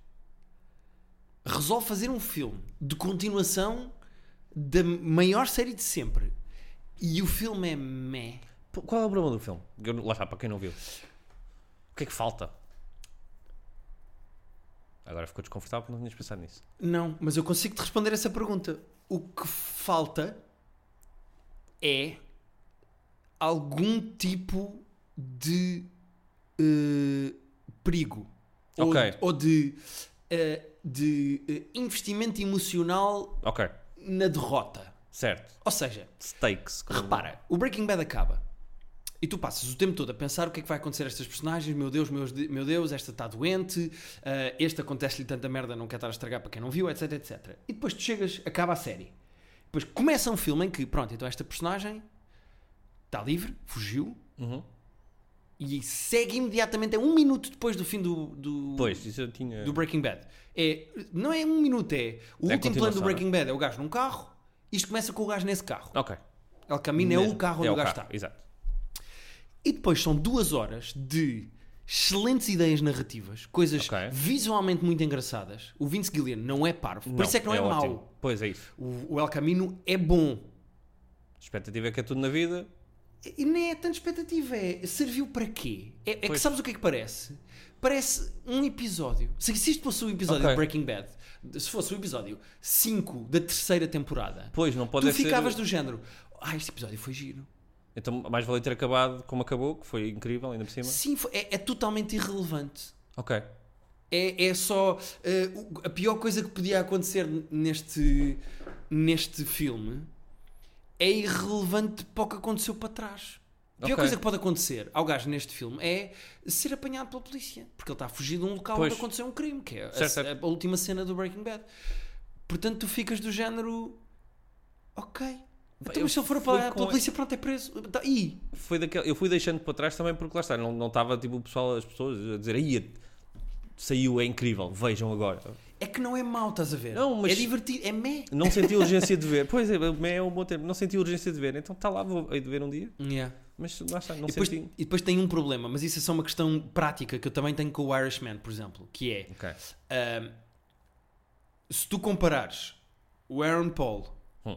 A: resolve fazer um filme de continuação da maior série de sempre e o filme é meh,
B: P- Qual é o problema do filme? Eu não- lá está, para quem não viu. O que é que falta? Agora ficou desconfortável porque não tinhas pensado nisso.
A: não, mas eu consigo te responder essa pergunta. O que falta é algum tipo de eh, perigo Ou-
B: Ok.
A: ou, de, eh, de eh, investimento emocional
B: Ok,
A: na derrota.
B: certo.
A: Ou seja,
B: Stakes. como-
A: repara, o Breaking Bad acaba. E tu passas o tempo todo a pensar o que é que vai acontecer a estas personagens. Meu Deus, meus de- meu Deus, esta está doente. ah, este acontece-lhe tanta merda, não quer estar a estragar para quem não viu, etc, etc. E depois tu chegas, acaba a série. Depois começa um filme em que, pronto, então esta personagem está livre, fugiu.
B: Uhum.
A: E segue imediatamente, é um minuto depois do fim do, do,
B: Pois, isso eu tinha.
A: do Breaking Bad. É, não é um minuto, é. O
B: É a
A: último plano do
B: continuação,
A: Breaking Bad é o gajo num carro. Isto começa com o gajo nesse carro.
B: Ok.
A: El Camino é o carro onde
B: é
A: o gajo
B: carro,
A: está.
B: Exato.
A: E depois são duas horas de excelentes ideias narrativas, coisas
B: Ok.
A: visualmente muito engraçadas. O Vince Gillian não é parvo, por isso é que não é,
B: ótimo.
A: mau.
B: Pois é isso.
A: O, o El Camino é bom.
B: A expectativa é que é tudo na vida.
A: E nem é tanta expectativa, é serviu para quê? É, é que
B: Pois.
A: sabes o que é que parece? Parece um episódio. Se, se isto fosse o episódio
B: Ok.
A: de Breaking Bad, se fosse o episódio 5 da terceira temporada,
B: Pois, não pode
A: tu
B: é ser-
A: ficavas do género. Ah, este episódio foi giro.
B: Então, mais valeu ter acabado como acabou, que foi incrível, ainda por cima.
A: Sim, foi- é- é totalmente irrelevante.
B: Ok.
A: É, é só eh, o- a pior coisa que podia acontecer neste, neste filme é irrelevante para o que aconteceu para trás. A pior
B: Ok.
A: coisa que pode acontecer ao gajo neste filme é ser apanhado pela polícia, porque ele está a fugir de um local
B: Pois.
A: onde aconteceu um crime, que é a,
B: Certo, certo.
A: a última cena do Breaking Bad. Portanto, tu ficas do género. Ok. Então,
B: eu
A: mas se ele for
B: fui
A: para,
B: com
A: pela
B: a-
A: polícia, pronto, é preso. Tá, E
B: Foi daquele... Eu fui deixando para trás também porque lá está. Não não estava tipo o pessoal, as pessoas a dizer, aí saiu, é incrível, vejam agora.
A: é que não é mau, estás a ver?
B: Não, mas-
A: É divertido, é meh.
B: Não senti urgência de ver. Pois é, é um bom tempo. Não senti urgência de ver. Então está lá, vou hei de ver um dia.
A: Yeah.
B: Mas lá está, não
A: E depois,
B: senti.
A: e depois tem um problema, mas isso é só uma questão prática que eu também tenho com o Irishman, por exemplo, que é
B: Ok.
A: ahm, se tu comparares o Aaron Paul
B: Hum.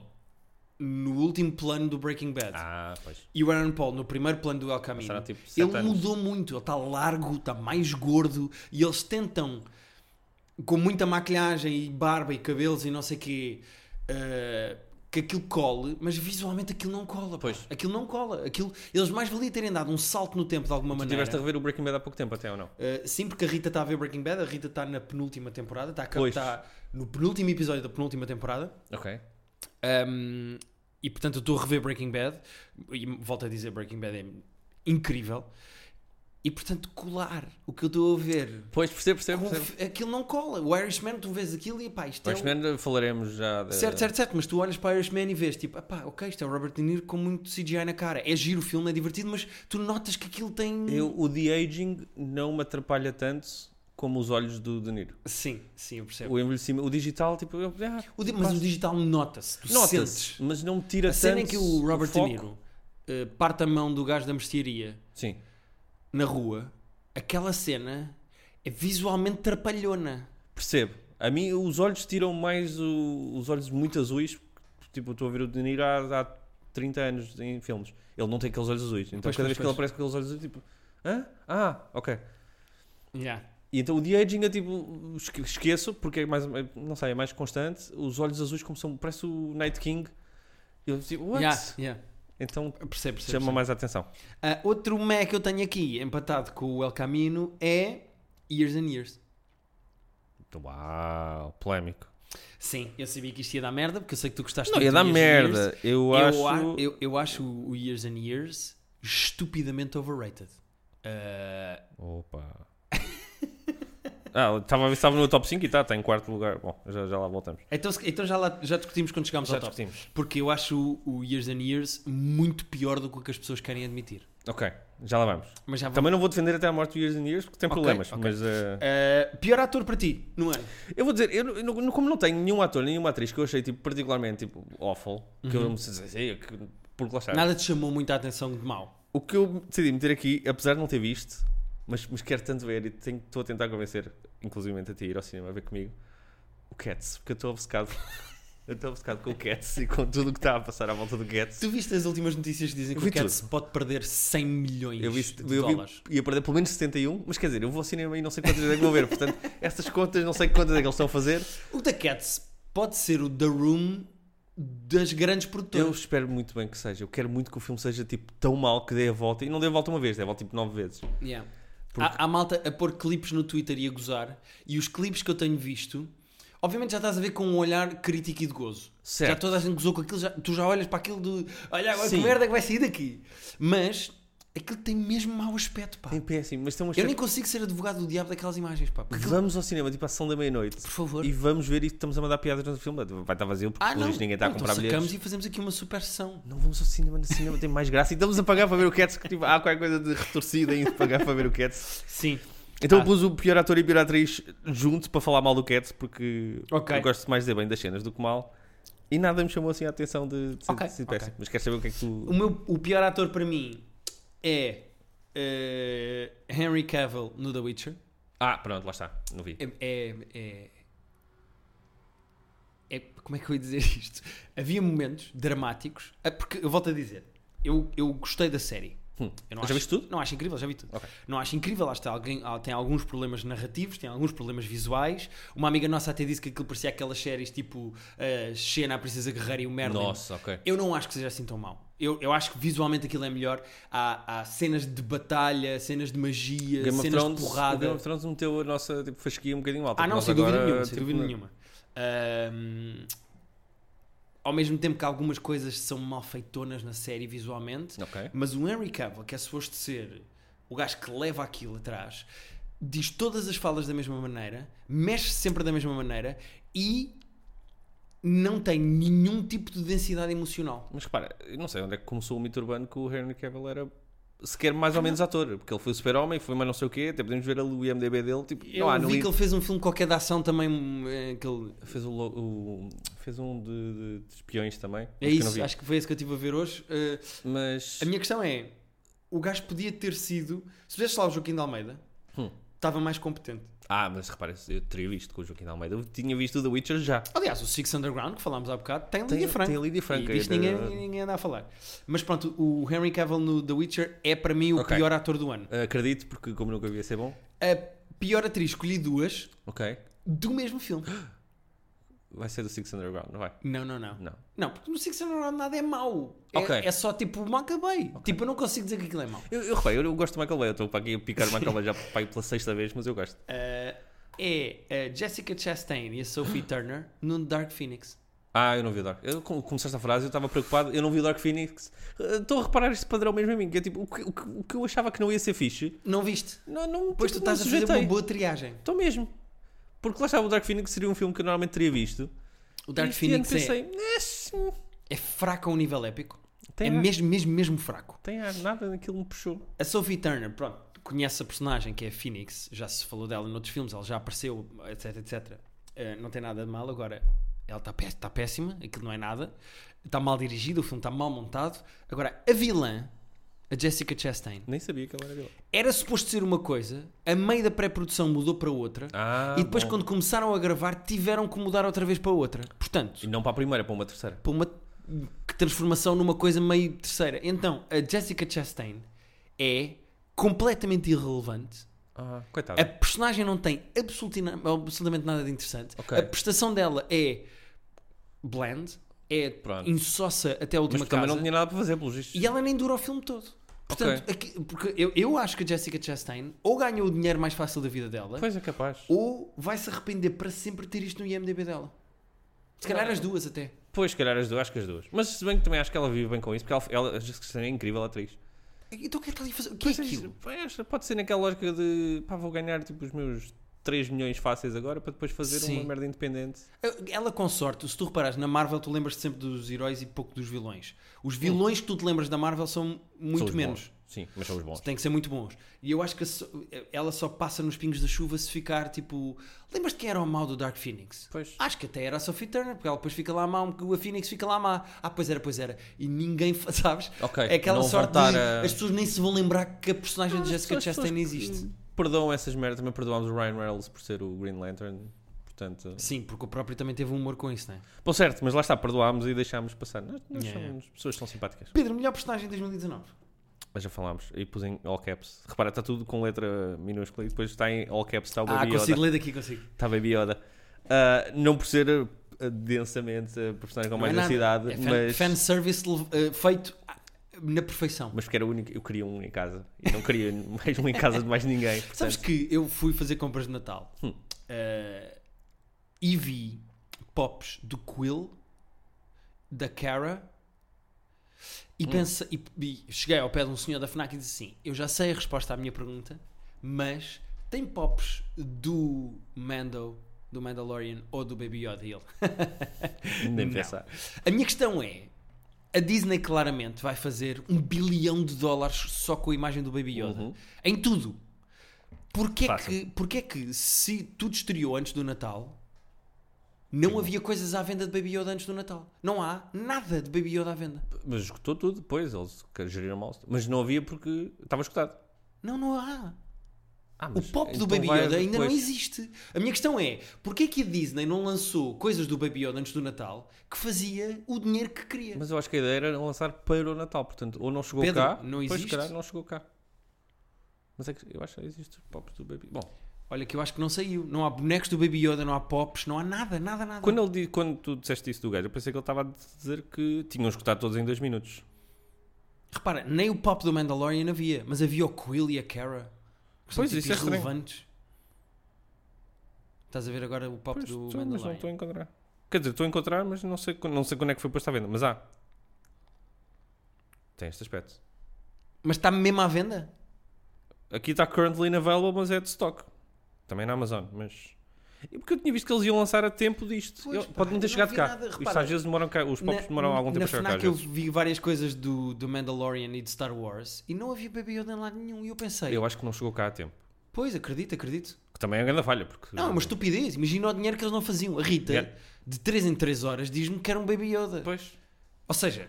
A: no último plano do Breaking Bad
B: Ah, pois.
A: e o Aaron Paul no primeiro plano do El Camino,
B: Passaram, tipo, sete
A: ele
B: anos.
A: mudou muito, ele está largo, está mais gordo e eles tentam com muita maquilhagem e barba e cabelos e não sei quê ah, que aquilo cole, mas visualmente aquilo não cola. pá.
B: Pois.
A: Aquilo não cola. Aquilo, eles mais valia terem dado um salto no tempo de alguma
B: Tu
A: maneira.
B: estiveste a rever o Breaking Bad há pouco tempo, até ou não?
A: Uh, sim, porque a Rita está a ver Breaking Bad, a Rita está na penúltima temporada, está, a cap-
B: Pois.
A: está no penúltimo episódio da penúltima temporada.
B: Ok.
A: Um, e portanto eu estou a rever Breaking Bad, e volto a dizer, Breaking Bad é incrível. E portanto, colar o que eu estou a ver.
B: Pois, percebo, percebo.
A: com-
B: percebo.
A: aquilo não cola. O Irishman, tu vês aquilo e pá, isto
B: Mas,
A: é. o-
B: Fernando, falaremos já. De...
A: Certo, certo, certo, mas tu olhas para Irishman e vês tipo, pá, ok, isto é o Robert De Niro com muito CGI na cara. É giro o filme, é divertido, mas tu notas que aquilo tem.
B: Eu, o de aging não me atrapalha tanto como os olhos do De Niro.
A: Sim, sim, eu percebo.
B: O envelhecimento, o digital, tipo, eu, ah,
A: O di- mas o digital nota-se. tu sentes.
B: nota-se, mas não me tira
A: A
B: tanto.
A: cena em que o Robert De
B: foco.
A: Niro eh, parte a mão do gajo da mercearia
B: Sim,
A: na rua, aquela cena é visualmente trapalhona.
B: percebo. A mim, os olhos tiram mais o- os olhos muito azuis. porque, Tipo, eu estou a ver o De Niro há, há 30 anos em filmes. Ele não tem aqueles olhos azuis. Então,
A: Pois,
B: cada
A: pois,
B: vez que ele aparece com aqueles olhos azuis, tipo, hã? Ah, ok.
A: Yeah.
B: E então o de aging eu tipo esque- esqueço, porque é mais, não sei, é mais constante. Os olhos azuis, como são, parece o Night King. Eu tipo, what?
A: Yeah, yeah.
B: Então
A: Percebo, percebo,
B: chama
A: percebo.
B: mais a atenção.
A: Ah, outro Mac que eu tenho aqui, empatado com o El Camino, é Years and Years.
B: Então, Uau, polémico.
A: Sim, eu sabia que isto ia dar merda, porque eu sei que tu gostaste
B: Não,
A: muito
B: ia dar
A: do Years and Years.
B: merda. Eu,
A: Eu, a-
B: acho.
A: eu, eu acho o Years and Years estupidamente overrated. Ah,
B: Opa. Ah, estava a ver se estava no top 5 e está, está em quarto lugar. Bom, já, já lá voltamos.
A: então, se- então já, lá, já discutimos quando chegámos
B: Já
A: ao top.
B: discutimos.
A: Porque eu acho o, o Years and Years muito pior do que o que as pessoas querem admitir.
B: Ok, já lá vamos.
A: Mas já vamos.
B: Também não vou defender até a morte do Years and Years porque tem
A: Ok,
B: problemas.
A: ok.
B: Mas eh,
A: Ah, pior ator para ti, não é?
B: eu vou dizer, eu, não- eu não- como não tenho nenhum ator, nenhuma atriz que eu achei tipo, particularmente tipo, awful, que eu não me sei, que, porque lá está.
A: Uhum. Nada te chamou muita atenção de mal.
B: O que eu decidi meter aqui, apesar de não ter visto, mas, mas quero tanto ver e tenho- estou a tentar convencer, inclusive a ti, a ir ao cinema a ver comigo, o Cats, porque eu estou obcecado. eu estou obcecado com o Cats e com tudo o que está a passar à volta do Cats.
A: Tu viste as últimas notícias que dizem que
B: Vi
A: o Cats pode perder 100 milhões
B: Eu vi,
A: de
B: eu
A: dólares?
B: vi, ia perder pelo menos 71, mas quer dizer, eu vou ao cinema e não sei quantas vezes é que vou ver, portanto, essas contas, não sei quantas é que eles estão a fazer.
A: O The Cats pode ser o The Room das grandes
B: Eu
A: produtoras.
B: espero muito bem que seja, eu quero muito que o filme seja tipo tão mal que dê a volta, e não dê a volta uma vez, dê a volta tipo nove vezes.
A: Yeah. Há, há malta a pôr clipes no Twitter e a gozar. E os clipes que eu tenho visto, obviamente já estás a ver com um olhar crítico e de gozo.
B: Certo.
A: Já toda a gente gozou com aquilo, já- tu já olhas para aquilo de olha agora
B: Sim.
A: que merda é que vai sair daqui. Mas aquilo tem mesmo mau aspecto, pá.
B: Tem É péssimo, mas tem uma
A: Eu nem consigo ser advogado do diabo daquelas imagens, pá. Porque aquilo-
B: Vamos ao cinema, tipo à sessão da meia-noite.
A: Por favor.
B: E vamos ver e estamos a mandar piadas no filme. Vai estar vazio porque
A: Ah,
B: pelo
A: não.
B: visto, ninguém está a
A: Então
B: comprar
A: sacamos
B: bilhetes.
A: e fazemos aqui uma super sessão.
B: Não vamos ao cinema, no cinema tem mais graça. E estamos a pagar para ver o Cats, que tipo, há qualquer coisa de retorcida em pagar para ver o Cats.
A: Sim.
B: Então
A: Ah.
B: eu pus o pior ator e pior atriz junto para falar mal do Cats, porque
A: Ok.
B: eu gosto mais de dizer bem das cenas do que mal. E nada me chamou assim a atenção de, de, ser-
A: Ok,
B: de ser
A: ok.
B: péssimo. Mas queres saber o que é que
A: O,
B: tu.
A: meu, o pior ator para mim é eh, Henry Cavill no The Witcher.
B: Ah, pronto, lá está. Não vi.
A: É, é, é- é- Como é que eu ia dizer isto? Havia momentos dramáticos. ah, Porque eu volto a dizer, eu, eu gostei da série.
B: Hum.
A: Eu
B: Já viste tudo?
A: Não acho incrível, já vi tudo.
B: Ok.
A: Não acho incrível, lá está, alguém, ah, tem alguns problemas narrativos, tem alguns problemas visuais. Uma amiga nossa até disse que aquilo parecia aquelas séries tipo ah, Xena, a Princesa Guerreira e o Merlin.
B: Nossa, ok.
A: Eu não acho que seja assim tão mau. Eu, eu acho que visualmente aquilo é melhor. Há, há cenas de batalha, cenas de magia,
B: Game of,
A: cenas
B: Thrones,
A: de
B: o Game
A: porrada.
B: of Thrones meteu a nossa tipo, fasquia um bocadinho alta.
A: Ah, não,
B: Nós
A: sem dúvida
B: agora,
A: nenhuma, sem
B: tipo,
A: dúvida nenhuma. Ahm, ao mesmo tempo que algumas coisas são malfeitonas na série visualmente,
B: Ok.
A: mas o Henry Cavill, que é suposto ser o gajo que leva aquilo atrás, diz todas as falas da mesma maneira, mexe sempre da mesma maneira e não tem nenhum tipo de densidade emocional.
B: Mas repara, eu não sei onde é que começou o mito urbano que o Henry Cavill era sequer mais ou menos ator, porque ele foi o super-homem, foi mais não sei o quê, até podemos ver ali o IMDB dele, tipo,
A: Eu
B: não há, não
A: vi
B: li-
A: que ele fez um filme qualquer de ação também. eh, Que ele...
B: fez, o, lo- o- fez um de, de- de espiões também,
A: É
B: mas que eu
A: isso,
B: não vi.
A: acho que foi esse que eu estive a ver hoje. Eh,
B: mas
A: A minha questão é: o gajo podia ter sido. Se fizesse lá o Joaquim de Almeida,
B: Hum.
A: estava mais competente.
B: ah, mas repara, eu teria visto com o Joaquim de Almeida, eu tinha visto o The Witcher já.
A: Aliás, o Six Underground, que falámos há bocado, tem
B: Tem-
A: Lídia Franca.
B: tem Lídia Franca,
A: E disto
B: é
A: ninguém,
B: da-
A: ninguém anda a falar. Mas pronto, o Henry Cavill no The Witcher é para mim o
B: Ok.
A: pior ator do ano.
B: Acredito, porque como nunca vi ia ser bom.
A: A pior atriz, escolhi duas
B: OK.
A: do mesmo filme.
B: Vai ser do Six Underground, não vai?
A: Não, não, não.
B: Não.
A: Não, porque no Six Underground nada é mau. É,
B: Ok.
A: é só tipo, mal acabei. Tipo, eu não consigo dizer que aquilo é mau.
B: Eu, eu, repara, eu, eu gosto do Michael Bay, eu estou para aqui a picar o Michael Bay já para aí pela sexta vez, mas eu gosto.
A: Uh, é a Jessica Chastain e a Sophie Turner no Dark Phoenix.
B: Ah, eu não vi o Dark. Eu, como começaste a frase, eu estava preocupado. Eu não vi o Dark Phoenix. Eh, Estou a reparar este padrão mesmo em mim. Que é tipo, o que, o que- o que eu achava que não ia ser fixe,
A: Não viste?
B: não, não
A: Pois tu
B: tipo,
A: estás
B: não
A: a fazer
B: sujeitei.
A: uma boa triagem.
B: Estou mesmo. Porque lá estava o Dark Phoenix, seria um filme que eu normalmente teria visto.
A: O Dark
B: E este
A: Phoenix
B: ano
A: é,
B: pensei, "Eh, sim,
A: é fraco a um nível épico.
B: tem,
A: é
B: ar,
A: mesmo, mesmo, mesmo fraco.
B: tem ar, nada daquilo me puxou.
A: A Sophie Turner, pronto, conhece a personagem que é a Phoenix, já se falou dela noutros filmes, ela já apareceu, etc, etc. Eh, não tem nada de mal, agora ela está pé- está péssima, aquilo não é nada. Está mal dirigido, o filme está mal montado. Agora, a vilã, a Jessica Chastain,
B: Nem sabia que ela era vilã.
A: era suposto ser uma coisa, a meio da pré-produção mudou para outra,
B: Ah,
A: e depois
B: bom.
A: quando começaram a gravar tiveram que mudar outra vez para outra. Portanto,
B: E não para a primeira, para uma terceira.
A: para uma que transformação numa coisa meio terceira. Então, a Jessica Chastain é completamente irrelevante
B: Ah, coitado.
A: A personagem não tem absolutina- absolutamente nada de interessante.
B: Ok.
A: A prestação dela é bland, é
B: Pronto.
A: insossa até a
B: Mas
A: última
B: também
A: casa.
B: não tinha nada para fazer, pelos vistos.
A: E ela nem dura o filme todo. Portanto, aqui- porque eu, eu acho que a Jessica Chastain ou ganhou o dinheiro mais fácil da vida dela,
B: Pois é capaz.
A: ou vai se arrepender para sempre de ter isto no IMDB dela. Se calhar as duas até.
B: Pois, se calhar as duas, acho que as duas. Mas se bem que também acho que ela vive bem com isso, porque ela, ela a Jessica Chastain é incrível atriz.
A: Então o que é que ela ia fazer? O que é
B: Pois isso,
A: aquilo?
B: pois, pode ser naquela lógica de pá, vou ganhar tipo os meus 3 milhões fáceis agora para depois fazer
A: Sim.
B: uma merda independente.
A: Ela com sorte, se tu reparares, na Marvel tu lembras-te sempre dos heróis e pouco dos vilões. Os vilões que tu te lembras da Marvel são
B: São
A: muito
B: os
A: menos.
B: bons. Sim, mas são os bons.
A: Têm que ser muito bons. E eu acho que so- ela só passa nos pingos da chuva se ficar tipo. Lembras de quem era o mau do Dark Phoenix?
B: Pois.
A: Acho que até era a Sophie Turner, porque ela depois fica lá má, porque a Phoenix fica lá má. Ah, pois era, pois era. E ninguém, fa- sabes?
B: Ok,
A: É aquela
B: não
A: sorte
B: voltar
A: de.
B: a-
A: As pessoas nem se vão lembrar que a personagem de
B: Ah,
A: Jessica
B: as pessoas
A: Chastain
B: que-
A: existe.
B: Perdoam essas merdas, também perdoámos o Ryan Reynolds por ser o Green Lantern. Portanto,
A: Sim, porque o próprio também teve um humor com isso, não é?
B: bom, certo, mas lá está, perdoámos e deixámos passar. Nós, nós
A: Yeah,
B: somos pessoas que são simpáticas.
A: Pedro, melhor personagem de 2019.
B: Mas já falámos. E pus em all caps. Repara, está tudo com letra minúscula e depois está em all caps, está o
A: Ah,
B: Baby
A: consigo
B: Yoda.
A: ler daqui, consigo.
B: Está Baby Yoda. Ah, não por ser ah, densamente a personagem com
A: Não é
B: mais
A: nada.
B: densidade,
A: É fan,
B: mas,
A: fanservice lev- eh, feito ah, na perfeição.
B: mas porque era o único, eu queria um em casa. E não queria mais um em casa de mais ninguém.
A: Sabes
B: Portanto,
A: que eu fui fazer compras de Natal
B: Hum.
A: eh, e vi pops do Quill, da Cara e,
B: Hum.
A: pensa, e, e cheguei ao pé de um senhor da FNAC e disse assim: Eu já sei a resposta à minha pergunta, mas tem pops do Mando, do Mandalorian ou do Baby Yoda? E ele,
B: nem
A: Não.
B: pensar.
A: a minha questão é: a Disney claramente vai fazer um bilhão de dólares só com a imagem do Baby Yoda
B: Uhum.
A: em tudo. Porquê
B: Fácil.
A: que, porquê que se tudo estreou antes do Natal, não
B: Uhum.
A: havia coisas à venda de Baby Yoda antes do Natal? Não há nada de Baby Yoda à venda.
B: Mas escutou tudo depois, eles geriram mal. Mas não havia porque estava escutado.
A: Não, não há.
B: Ah,
A: O
B: mas
A: pop do
B: então
A: Baby
B: vai
A: Yoda ainda não
B: depois.
A: existe. A minha questão é, porquê que a Disney não lançou coisas do Baby Yoda antes do Natal que fazia o dinheiro que queria?
B: Mas eu acho que a ideia era lançar para o Natal, portanto, ou não chegou
A: Pedro,
B: cá,
A: não
B: pois, se
A: existe?
B: calhar, não chegou cá. Mas é que eu acho que existe o pop do Baby. Bom,
A: Olha que eu acho que não saiu. Não há bonecos do Baby Yoda, não há pops, não há nada, nada, nada.
B: quando, ele, di- quando tu disseste isso do gajo, eu pensei que ele estava a dizer que tinham escutado todos em dois minutos.
A: Repara, nem o pop do Mandalorian havia, mas havia o Quill e a Kara. Que são
B: Pois,
A: tipo
B: isso é estranho.
A: irrelevantes. Estás a ver agora o pop
B: Pois,
A: do
B: tu- mas não
A: Mandalorian.
B: estou a encontrar. Quer dizer, estou a encontrar, mas não sei, quan- não sei quando é que foi posto à venda. Mas há. Tem este aspecto.
A: Mas está mesmo à venda?
B: Aqui está currently available, mas é de stock. Também na Amazon, mas. E porque eu tinha visto que eles iam lançar a tempo disto.
A: Pois,
B: Eu-
A: pá,
B: pode não ter
A: não
B: chegado
A: vi
B: cá.
A: nada.
B: Isto
A: Repara,
B: às vezes demoram cá. Os pops
A: Na-
B: demoram algum tempo
A: na
B: a chegar cá. às
A: FNAC eu
B: vezes.
A: vi várias coisas do, do Mandalorian e de Star Wars e não havia Baby Yoda em lado nenhum. E eu pensei,
B: Eu acho que não chegou cá a tempo.
A: pois, acredito, acredito.
B: Que também é uma grande falha, porque.
A: Não, é uma estupidez. Imagina o dinheiro que eles não faziam. A Rita,
B: Yeah.
A: de 3 em 3 horas, diz-me que era um Baby Yoda.
B: Pois.
A: Ou seja,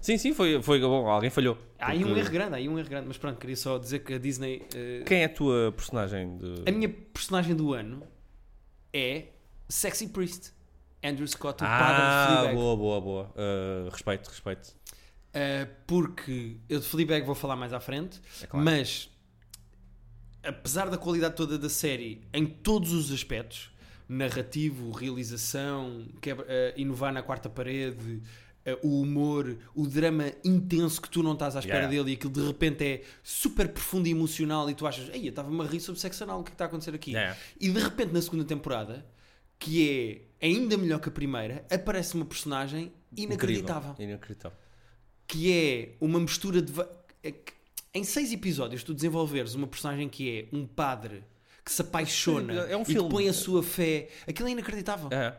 B: Sim, sim, foi, foi bom, alguém falhou.
A: há aí um
B: Porque-
A: erro grande, há aí um erro grande. Mas pronto, queria só dizer que a Disney... eh,
B: Quem é a tua personagem de.
A: A minha personagem do ano é Sexy Priest. Andrew Scott, o
B: Ah,
A: padre de Fleabag.
B: boa, boa, boa. Ah, respeito, respeito.
A: Uh, porque eu de Fleabag vou falar mais à frente,
B: É claro.
A: mas apesar da qualidade toda da série em todos os aspectos narrativo, realização, quebra- uh, inovar na quarta parede, uh, o humor, o drama intenso que tu não estás à espera
B: Yeah.
A: dele e aquilo de repente é super profundo e emocional e tu achas, ei, eu estava-me a rir sobre sexo anal, o que é que está a acontecer aqui?
B: Yeah.
A: E de repente na segunda temporada, que é ainda melhor que a primeira, aparece uma personagem inacreditável
B: Incrível. Inacreditável.
A: que é uma mistura de. va- é que Em seis episódios, tu desenvolveres uma personagem que é um padre que se apaixona
B: É um
A: e
B: filme.
A: que põe a sua fé. Aquilo é inacreditável.
B: É.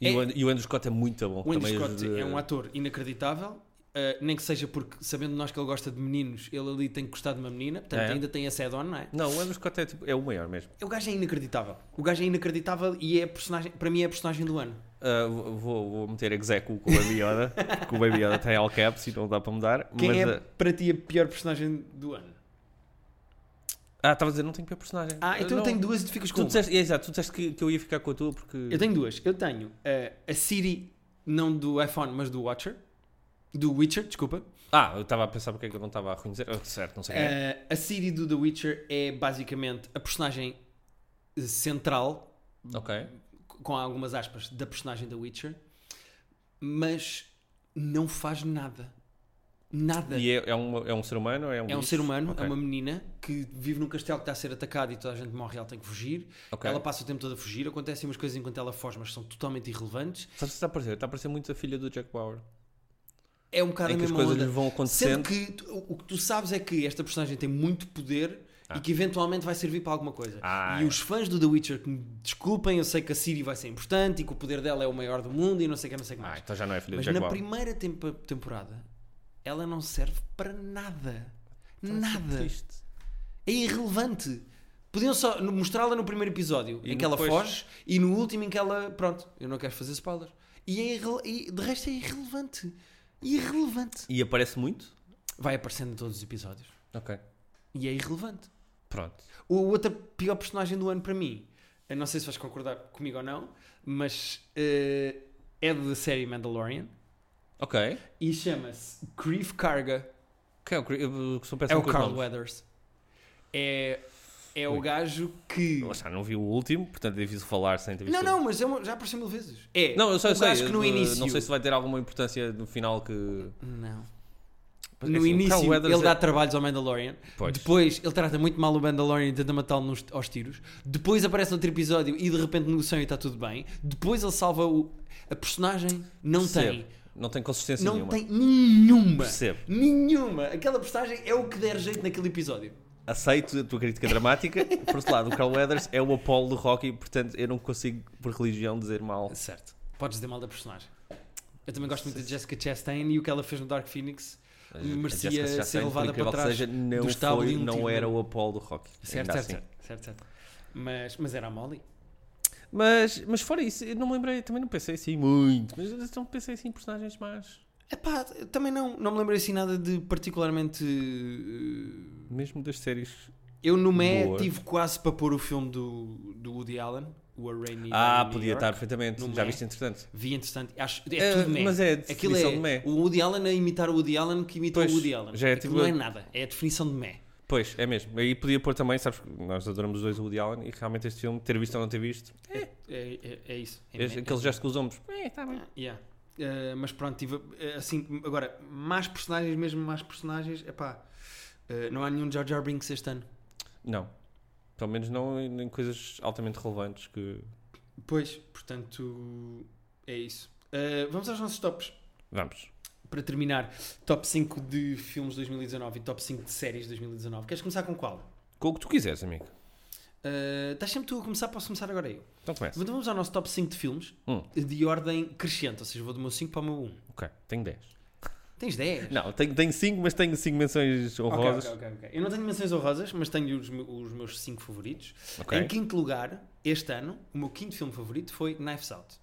B: E, O And- e o Andrew Scott é muito
A: o
B: bom.
A: Andrew
B: também
A: Scott
B: ajuda-
A: é um ator inacreditável. ah, nem que seja porque, sabendo nós que ele gosta de meninos, ele ali tem que gostar de uma menina, portanto
B: É.
A: ainda tem essa add-on, não é?
B: Não, o Andrew Scott é, tipo, é o maior mesmo.
A: O gajo é inacreditável. O gajo é inacreditável e é a personagem, para mim é a personagem do ano.
B: Ah, vou, vou- vou meter execu com o Baby Yoda, porque o Baby Yoda tem all caps e não dá para mudar.
A: Quem
B: mas,
A: é para ti a pior personagem do ano?
B: Ah, estava a dizer, não tenho pior personagem.
A: Ah, então eu tenho duas e tu ficas com
B: Tu
A: uma.
B: disseste, é, exato, tu disseste que, que eu ia ficar com a tua porque.
A: Eu tenho duas. Eu tenho eh, a Siri, não do iPhone, mas do Watcher. Do Witcher, desculpa.
B: Ah, eu estava a pensar porque é que eu não estava a reconhecer. Ah, certo, não sei quem é.
A: Eh, a Ciri do The Witcher é basicamente a personagem eh, central,
B: Ok.
A: com algumas aspas, da personagem da Witcher, mas não faz nada. Nada.
B: E é, é um, é um ser humano? ou É um,
A: É um
B: bicho?
A: ser humano,
B: Ok.
A: é uma menina que vive num castelo que está a ser atacado e toda a gente morre e ela tem que fugir.
B: Ok.
A: Ela passa o tempo todo a fugir, acontecem umas coisas enquanto ela foge, mas são totalmente irrelevantes.
B: Sabe o que está a parecer? Está a parecer muito a filha do Jack Bauer.
A: É um bocado
B: em
A: a
B: que as
A: mesma
B: coisas
A: onda.
B: lhe vão
A: Sendo
B: acontecendo.
A: que tu- o que tu sabes é que esta personagem tem muito poder e que eventualmente vai servir para alguma coisa.
B: Ah,
A: e
B: é.
A: os fãs do The Witcher que me desculpem, eu sei que a Ciri vai ser importante e que o poder dela é o maior do mundo e não sei o que, não sei o que
B: Ah,
A: mais.
B: então já não é filha
A: Mas
B: do Jack
A: na
B: Bauer.
A: primeira tempo- temporada ela não serve para nada. Nada.
B: Então, Triste.
A: É irrelevante. Podiam só no- mostrá-la no primeiro episódio
B: E
A: em que ela
B: depois-
A: foge e no último em que ela. Pronto, eu não quero fazer spoilers. E, é irre- e de resto é irrelevante. Irrelevante.
B: E aparece muito?
A: Vai aparecendo em todos os episódios.
B: Ok.
A: E é irrelevante.
B: Pronto.
A: O outro pior personagem do ano para mim, eu não sei se vais concordar comigo ou não, mas eh, é da série Mandalorian
B: Ok.
A: e chama-se Grief Karga.
B: Que é o, Cri- eu sou
A: É
B: péssimo
A: o
B: com os
A: Carl
B: nomes.
A: Weathers. É, é o
B: Ui.
A: gajo que.
B: Lá está, não vi o último, portanto é difícil falar sem ter visto
A: Não,
B: o
A: não, mas é uma- já apareceu mil vezes. É.
B: Não, eu só
A: o
B: sei.
A: gajo que no
B: eh,
A: início.
B: Não sei se vai ter alguma importância no final que.
A: Não.
B: Mas,
A: no
B: assim, o Carl
A: início
B: Weathers
A: ele
B: é-
A: dá trabalhos ao Mandalorian.
B: Pois.
A: Depois ele trata muito mal o Mandalorian e tenta matá-lo nos- aos tiros. Depois aparece outro episódio e de repente negociam e está tudo bem. Depois ele salva o. A personagem não
B: Percebo.
A: tem.
B: Não tem consistência
A: Não
B: nenhuma.
A: tem nenhuma.
B: Percebo.
A: Nenhuma. Aquela personagem é o que der jeito naquele episódio.
B: Aceito a tua crítica dramática. Por outro lado, o Carl Weathers é o Apolo do hockey, portanto eu não consigo, por religião, dizer mal.
A: Certo. Podes dizer mal da personagem. Eu também gosto muito da Jessica Chastain e o que ela fez no Dark Phoenix
B: A Jessica
A: merecia
B: Chastain,
A: ser
B: por
A: levada
B: incrível
A: para
B: que
A: trás.
B: Seja, não,
A: do estábulo
B: foi,
A: e um
B: não
A: tiro
B: era
A: nele.
B: o Apolo do hockey.
A: Certo, certo,
B: ainda assim.
A: certo, certo, certo. Mas, mas era a Molly?
B: Mas, mas fora isso, eu não me lembrei, também não pensei assim muito. Mas eu não pensei assim em personagens más.
A: Epá, eu também não, não me lembrei assim nada de particularmente. eh,
B: Mesmo das séries.
A: Eu no Mé
B: Boa.
A: tive quase para pôr o filme do, do Woody Allen, o A Rainy Day
B: Ah,
A: in New York.
B: podia
A: é?
B: estar perfeitamente.
A: no
B: Já
A: Mé.
B: viste entretanto.
A: Vi, entretanto, acho, é,
B: É,
A: tudo Mé.
B: mas é a
A: Aquilo
B: definição
A: é
B: de Mé.
A: o Woody Allen a imitar o Woody Allen que imita
B: Pois,
A: o Woody Allen.
B: já é
A: Aquilo
B: tipo-
A: não é nada, é a definição de Mé.
B: Pois, é mesmo. Aí podia pôr também, sabes, que nós adoramos os dois o Woody Allen e realmente este filme, ter visto ou não ter visto,
A: É, é, é- é isso. É
B: este-
A: Mé.
B: aquele gesto com os ombros. É, está bem.
A: Ah, yeah. Eh, mas pronto, tive, eh, assim, agora, mais personagens, mesmo mais personagens, epá, eh, não há nenhum Jar Jar Binks este ano.
B: Não. Pelo menos não em em coisas altamente relevantes que.
A: Pois, portanto, é isso. Eh, vamos aos nossos tops.
B: Vamos.
A: Para terminar, top 5 de filmes 2019 e top 5 de séries 2019. Queres começar com qual?
B: Com o que tu quiseres, amigo.
A: Eh, estás sempre tu a começar, posso começar agora eu.
B: Então começa.
A: Então vamos ao nosso top 5 de filmes
B: Hum.
A: de ordem crescente, ou seja, vou do meu 5 para o meu 1.
B: Ok, tenho 10.
A: Tens 10?
B: Não, tenho 5, mas tenho 5 menções
A: Ok,
B: honrosas.
A: ok, ok, ok. Eu não tenho menções honrosas, mas tenho os, me- os meus 5 favoritos.
B: Ok.
A: Em quinto lugar, este ano, o meu quinto filme favorito foi Knives Out.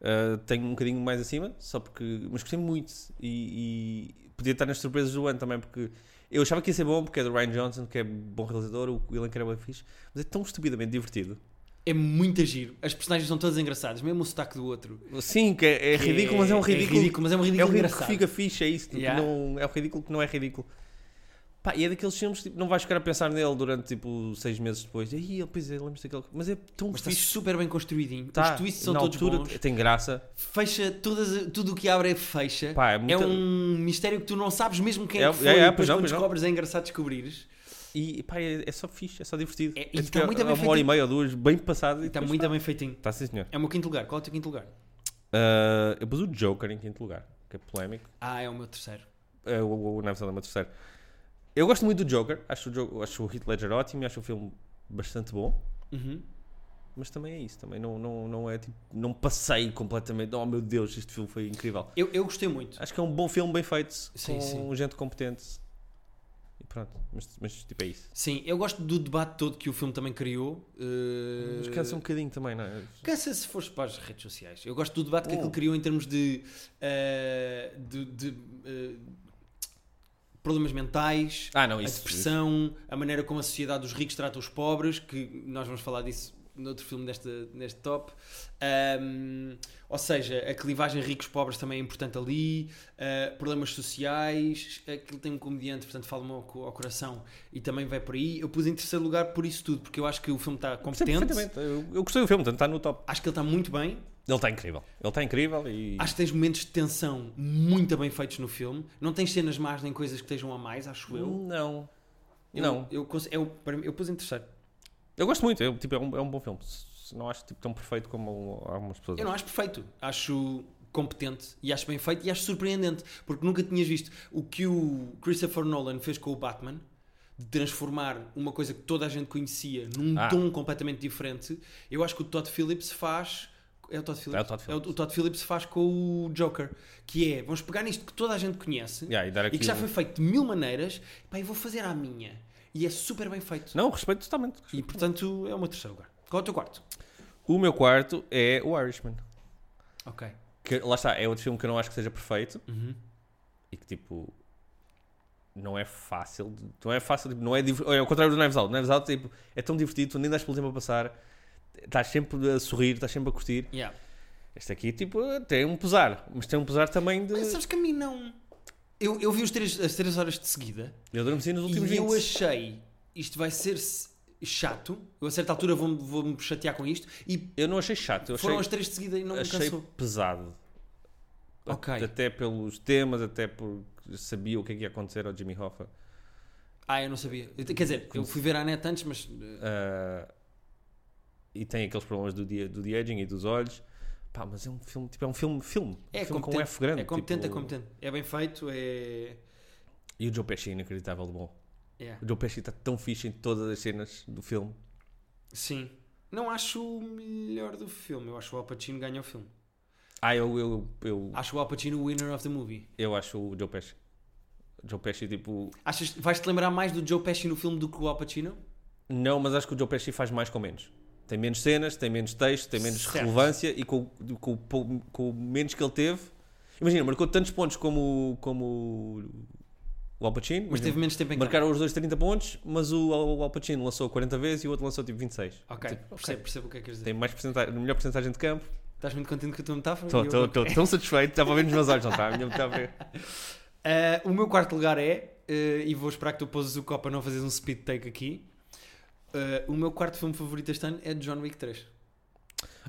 B: Uh, tenho um bocadinho mais acima, só porque. Mas gostei muito. E, e podia estar nas surpresas do ano também, porque eu achava que ia ser bom, porque é do Ryan Johnson, que é bom realizador, o Elan era bem fixe, mas é tão estupidamente divertido.
A: É muito giro. As personagens são todas engraçadas, mesmo o sotaque do outro.
B: Sim, que é, é
A: Que
B: ridículo, mas é um
A: É
B: ridículo.
A: ridículo, mas é um
B: É
A: ridículo
B: o ridículo que
A: engraçado.
B: fica fixe, é isso. que
A: Yeah.
B: não- é o ridículo que não é ridículo. Pá, e é daqueles filmes que tipo, não vais ficar a pensar nele durante tipo seis meses depois. Aí, pois é, lembro-me daquele. Mas é tão
A: Mas está
B: fixe.
A: super bem construidinho.
B: Tá,
A: Os twists são
B: na
A: todos
B: altura,
A: bons.
B: Tem graça.
A: Fecha todas, tudo o que abre é fecha.
B: Pá, é
A: É
B: muito-
A: um mistério que tu não sabes mesmo quem é,
B: É,
A: que foi.
B: é,
A: e
B: é,
A: depois
B: pois não,
A: quando
B: pois não.
A: descobres é engraçado descobrires.
B: E pá, é, é só fixe, é só divertido.
A: É,
B: É,
A: e tá
B: tipo, é
A: muito bem
B: uma
A: feito.
B: hora e meia ou duas, bem passada.
A: Está muito bem feitinho.
B: Está Tá, sim, senhor.
A: É o meu quinto lugar. Qual é o teu quinto lugar?
B: Ah, eu pus o Joker em quinto lugar, que é polémico.
A: Ah, é o meu terceiro.
B: Ah, o o, o Knives Out é o meu terceiro. Eu gosto muito do Joker, acho o, jo acho o Heath Ledger ótimo e acho o filme bastante bom.
A: Uhum.
B: Mas também é isso, também não, não, não é tipo, não passei completamente. Oh meu Deus, este filme foi incrível.
A: Eu, eu gostei muito.
B: Acho que é um bom filme, bem feito,
A: Sim,
B: com
A: sim.
B: gente competente. E pronto, mas, mas tipo é isso.
A: Sim, eu gosto do debate todo que o filme também criou. eh,
B: Mas cansa um bocadinho também, não é?
A: Cansa se fores para as redes sociais. Eu gosto do debate que
B: Oh.
A: aquilo criou em termos de, eh, de, de, eh, problemas mentais,
B: Ah, não,
A: a
B: isso.
A: depressão, a maneira como a sociedade dos ricos trata os pobres, que nós vamos falar disso noutro filme desta, neste top. Ahm, ou seja, a clivagem ricos-pobres também é importante ali, ah, problemas sociais, aquilo tem um comediante, portanto fala-me ao, co- ao coração e também vai por aí. Eu pus em terceiro lugar por isso tudo, porque eu acho que o filme está
B: Percebo
A: competente,
B: perfeitamente. Eu, eu gostei do filme, portanto está no top.
A: acho que ele está muito bem,
B: Ele está incrível. Ele está incrível e.
A: Acho que tens momentos de tensão muito bem feitos no filme. Não tens cenas más nem coisas que estejam a mais, acho eu.
B: Não. Não.
A: Eu, eu, cons- eu, para mim- eu pus em terceiro.
B: Eu gosto muito. Eu, tipo, é, um, é um bom filme. S- Não acho tipo, tão perfeito como algumas pessoas.
A: Eu não acho perfeito. Acho competente e acho bem feito e acho surpreendente. Porque nunca tinhas visto o que o Christopher Nolan fez com o Batman de transformar uma coisa que toda a gente conhecia num
B: Ah.
A: tom completamente diferente. Eu acho que o Todd Phillips faz. É o Todd Phillips?
B: É o Todd Phillips.
A: o Todd Phillips faz com o Joker. Que é, vamos pegar nisto que toda a gente conhece.
B: Yeah, e dar
A: e
B: aqui
A: que já
B: um-
A: foi feito de mil maneiras, pá, eu vou fazer à minha. E é super bem feito.
B: Não, respeito totalmente.
A: E portanto é o meu terceiro lugar. Qual é o teu quarto?
B: O meu quarto é o Irishman.
A: Ok.
B: Que, lá está, é outro filme que eu não acho que seja perfeito
A: Uhum.
B: e que tipo não é fácil, de- não é fácil, tipo, não é, div- é ao contrário do Knives Out. Knives Out tipo, é tão divertido, tu nem dás pelo tempo a passar, estás sempre a sorrir, estás sempre a curtir.
A: Yeah.
B: Este aqui tipo tem um pesar, mas tem um pesar também de
A: Mas sabes que a mim não. Eu, eu vi os três, as três horas de seguida
B: eu adormeci nos últimos
A: e eu
B: 20.
A: achei isto vai ser s- chato. Eu a certa altura vou-me vou-me chatear com isto. E
B: Eu não achei chato, eu achei,
A: foram as três de seguida e não me
B: achei
A: cansou.
B: pesado. A-
A: Ok.
B: Até pelos temas, até porque sabia o que é que ia acontecer ao Jimmy Hoffa.
A: Ah, eu não sabia. Eu te- Quer dizer, eu fui ver a net antes, mas. eh,
B: Ah, e tem aqueles problemas do dia do de-aging e dos olhos. Pá, mas é um filme, tipo, é um filme, filme.
A: É
B: um filme com um
A: competente.
B: F grande.
A: É competente,
B: tipo,
A: é competente. É bem feito, é.
B: E o Joe Pesci é inacreditável de bom.
A: Yeah.
B: O Joe Pesci está tão fixe em todas as cenas do filme.
A: Sim. Não acho o melhor do filme. Eu acho o Al Pacino ganha o filme.
B: Ah, eu, eu, eu,
A: Acho o Al Pacino o winner of the movie.
B: eu acho o Joe Pesci. O Joe Pesci, tipo...
A: Achas, vais-te lembrar mais do Joe Pesci no filme do que o Al Pacino?
B: Não, mas acho que o Joe Pesci faz mais com menos. Tem menos cenas, tem menos texto, tem menos
A: Certo.
B: relevância e com, o- com, o pou- com o menos que ele teve... Imagina, marcou tantos pontos como, o- como o- o Al Pacino.
A: Mas
B: imagina,
A: teve menos tempo em campo.
B: Marcaram os dois 30 pontos, mas o Al Al Pacino lançou 40 vezes e o outro lançou tipo 26.
A: Ok, percebo, percebo o que é que queres dizer.
B: Tem mais porcentagem, melhor porcentagem de campo.
A: Estás muito contente com a tua metáfora?
B: Estou
A: Eu-
B: estou- estou tão satisfeito, estava a ver nos meus olhos, não está? A minha metáfora.
A: Ah, o meu quarto lugar é, ah, e vou esperar que tu poses o copo para não fazeres um speed take aqui. Ah, o meu quarto filme favorito este ano é John Wick 3.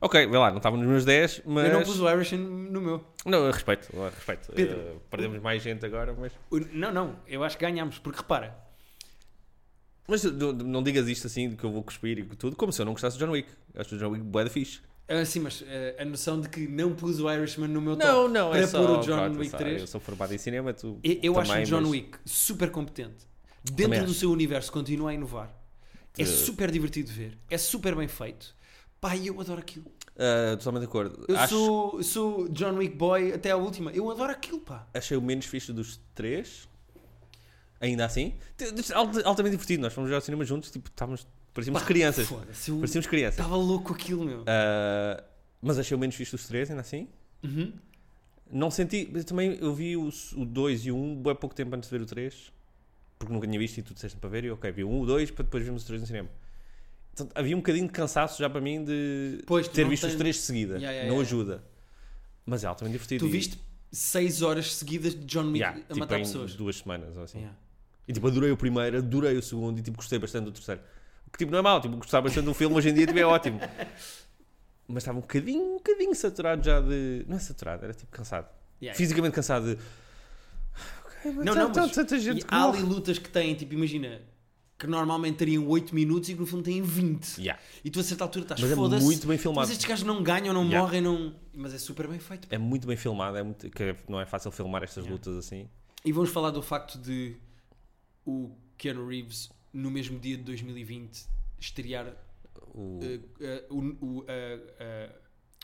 B: Ok, vê lá, não estava nos meus 10, mas.
A: Eu não pus o Irishman no meu.
B: Não, eu respeito, eu respeito.
A: Pedro.
B: Eh, perdemos mais gente agora, mas.
A: O- Não, não, eu acho que ganhámos, porque repara,
B: Mas não, não digas isto assim, de que eu vou cuspir e tudo, como se eu não gostasse de John Wick. Acho que o John Wick bué da fixe.
A: ah, sim, mas ah, a noção de que não pus o Irishman no meu top.
B: Não, não,
A: Para
B: é só.
A: pôr o John
B: pronto,
A: Wick
B: só,
A: 3.
B: Eu sou formado em cinema, tu.
A: Eu, eu acho o
B: também,
A: John
B: mas-
A: Wick super competente. Dentro
B: Também
A: do
B: acho.
A: seu universo, continua a inovar. É
B: Eh.
A: super divertido de ver. É super bem feito. Pá, e eu adoro aquilo.
B: Ah, totalmente de acordo.
A: Eu
B: Acho-
A: sou, sou John Wick Boy até a última. Eu adoro aquilo, pá.
B: achei o menos fixe dos três. Ainda assim. Te- te- alt- Altamente divertido. Nós fomos jogar ao cinema juntos, tipo, estávamos, parecíamos
A: Pá,
B: crianças.
A: Foda-se, eu
B: Parecíamos crianças.
A: estava louco aquilo, meu.
B: Ah, mas achei o menos fixe dos três, ainda assim.
A: Uhum.
B: Não senti. eu Também eu vi o 2 e o 1 um, bué pouco tempo antes de ver o 3. Porque nunca tinha visto e tu disseste para ver. E eu, ok, vi o 1, um, o 2 para depois vermos os 3 no cinema. Portanto, havia um bocadinho de cansaço já para mim de
A: Pois, tu
B: ter
A: não
B: visto
A: tens-
B: os três de seguida.
A: Yeah, yeah,
B: não
A: yeah.
B: ajuda. Mas é altamente divertido.
A: Tu
B: e-
A: viste 6 horas seguidas de John Wick
B: yeah,
A: a
B: tipo,
A: matar
B: em
A: pessoas.
B: duas semanas ou assim.
A: Yeah.
B: E tipo, adorei o primeiro, adorei o segundo e tipo, gostei bastante do terceiro. Que tipo, não é mau, tipo, gostar bastante de um filme hoje em dia tipo, é ótimo. Mas estava um bocadinho, um bocadinho saturado já de. Não é saturado, era tipo cansado.
A: Yeah,
B: Fisicamente cansado de. "Ah, Ok, mas
A: Não,
B: há
A: não,
B: tão-
A: mas-
B: tanta gente
A: E
B: que
A: há ali
B: morre.
A: lutas que têm, tipo, imagina, que normalmente teriam 8 minutos e que no filme têm 20.
B: Yeah.
A: E tu a certa altura estás
B: Mas é
A: foda-se.
B: muito bem filmado.
A: Mas estes gajos não ganham, não
B: Yeah.
A: morrem, não. Mas é super bem feito. pá.
B: É muito bem filmado, é muito... que não é fácil filmar estas
A: Yeah.
B: lutas assim.
A: E vamos falar do facto de o Keanu Reeves, no mesmo dia de 2020, estrear
B: O-
A: eh, eh, o, o, eh, eh,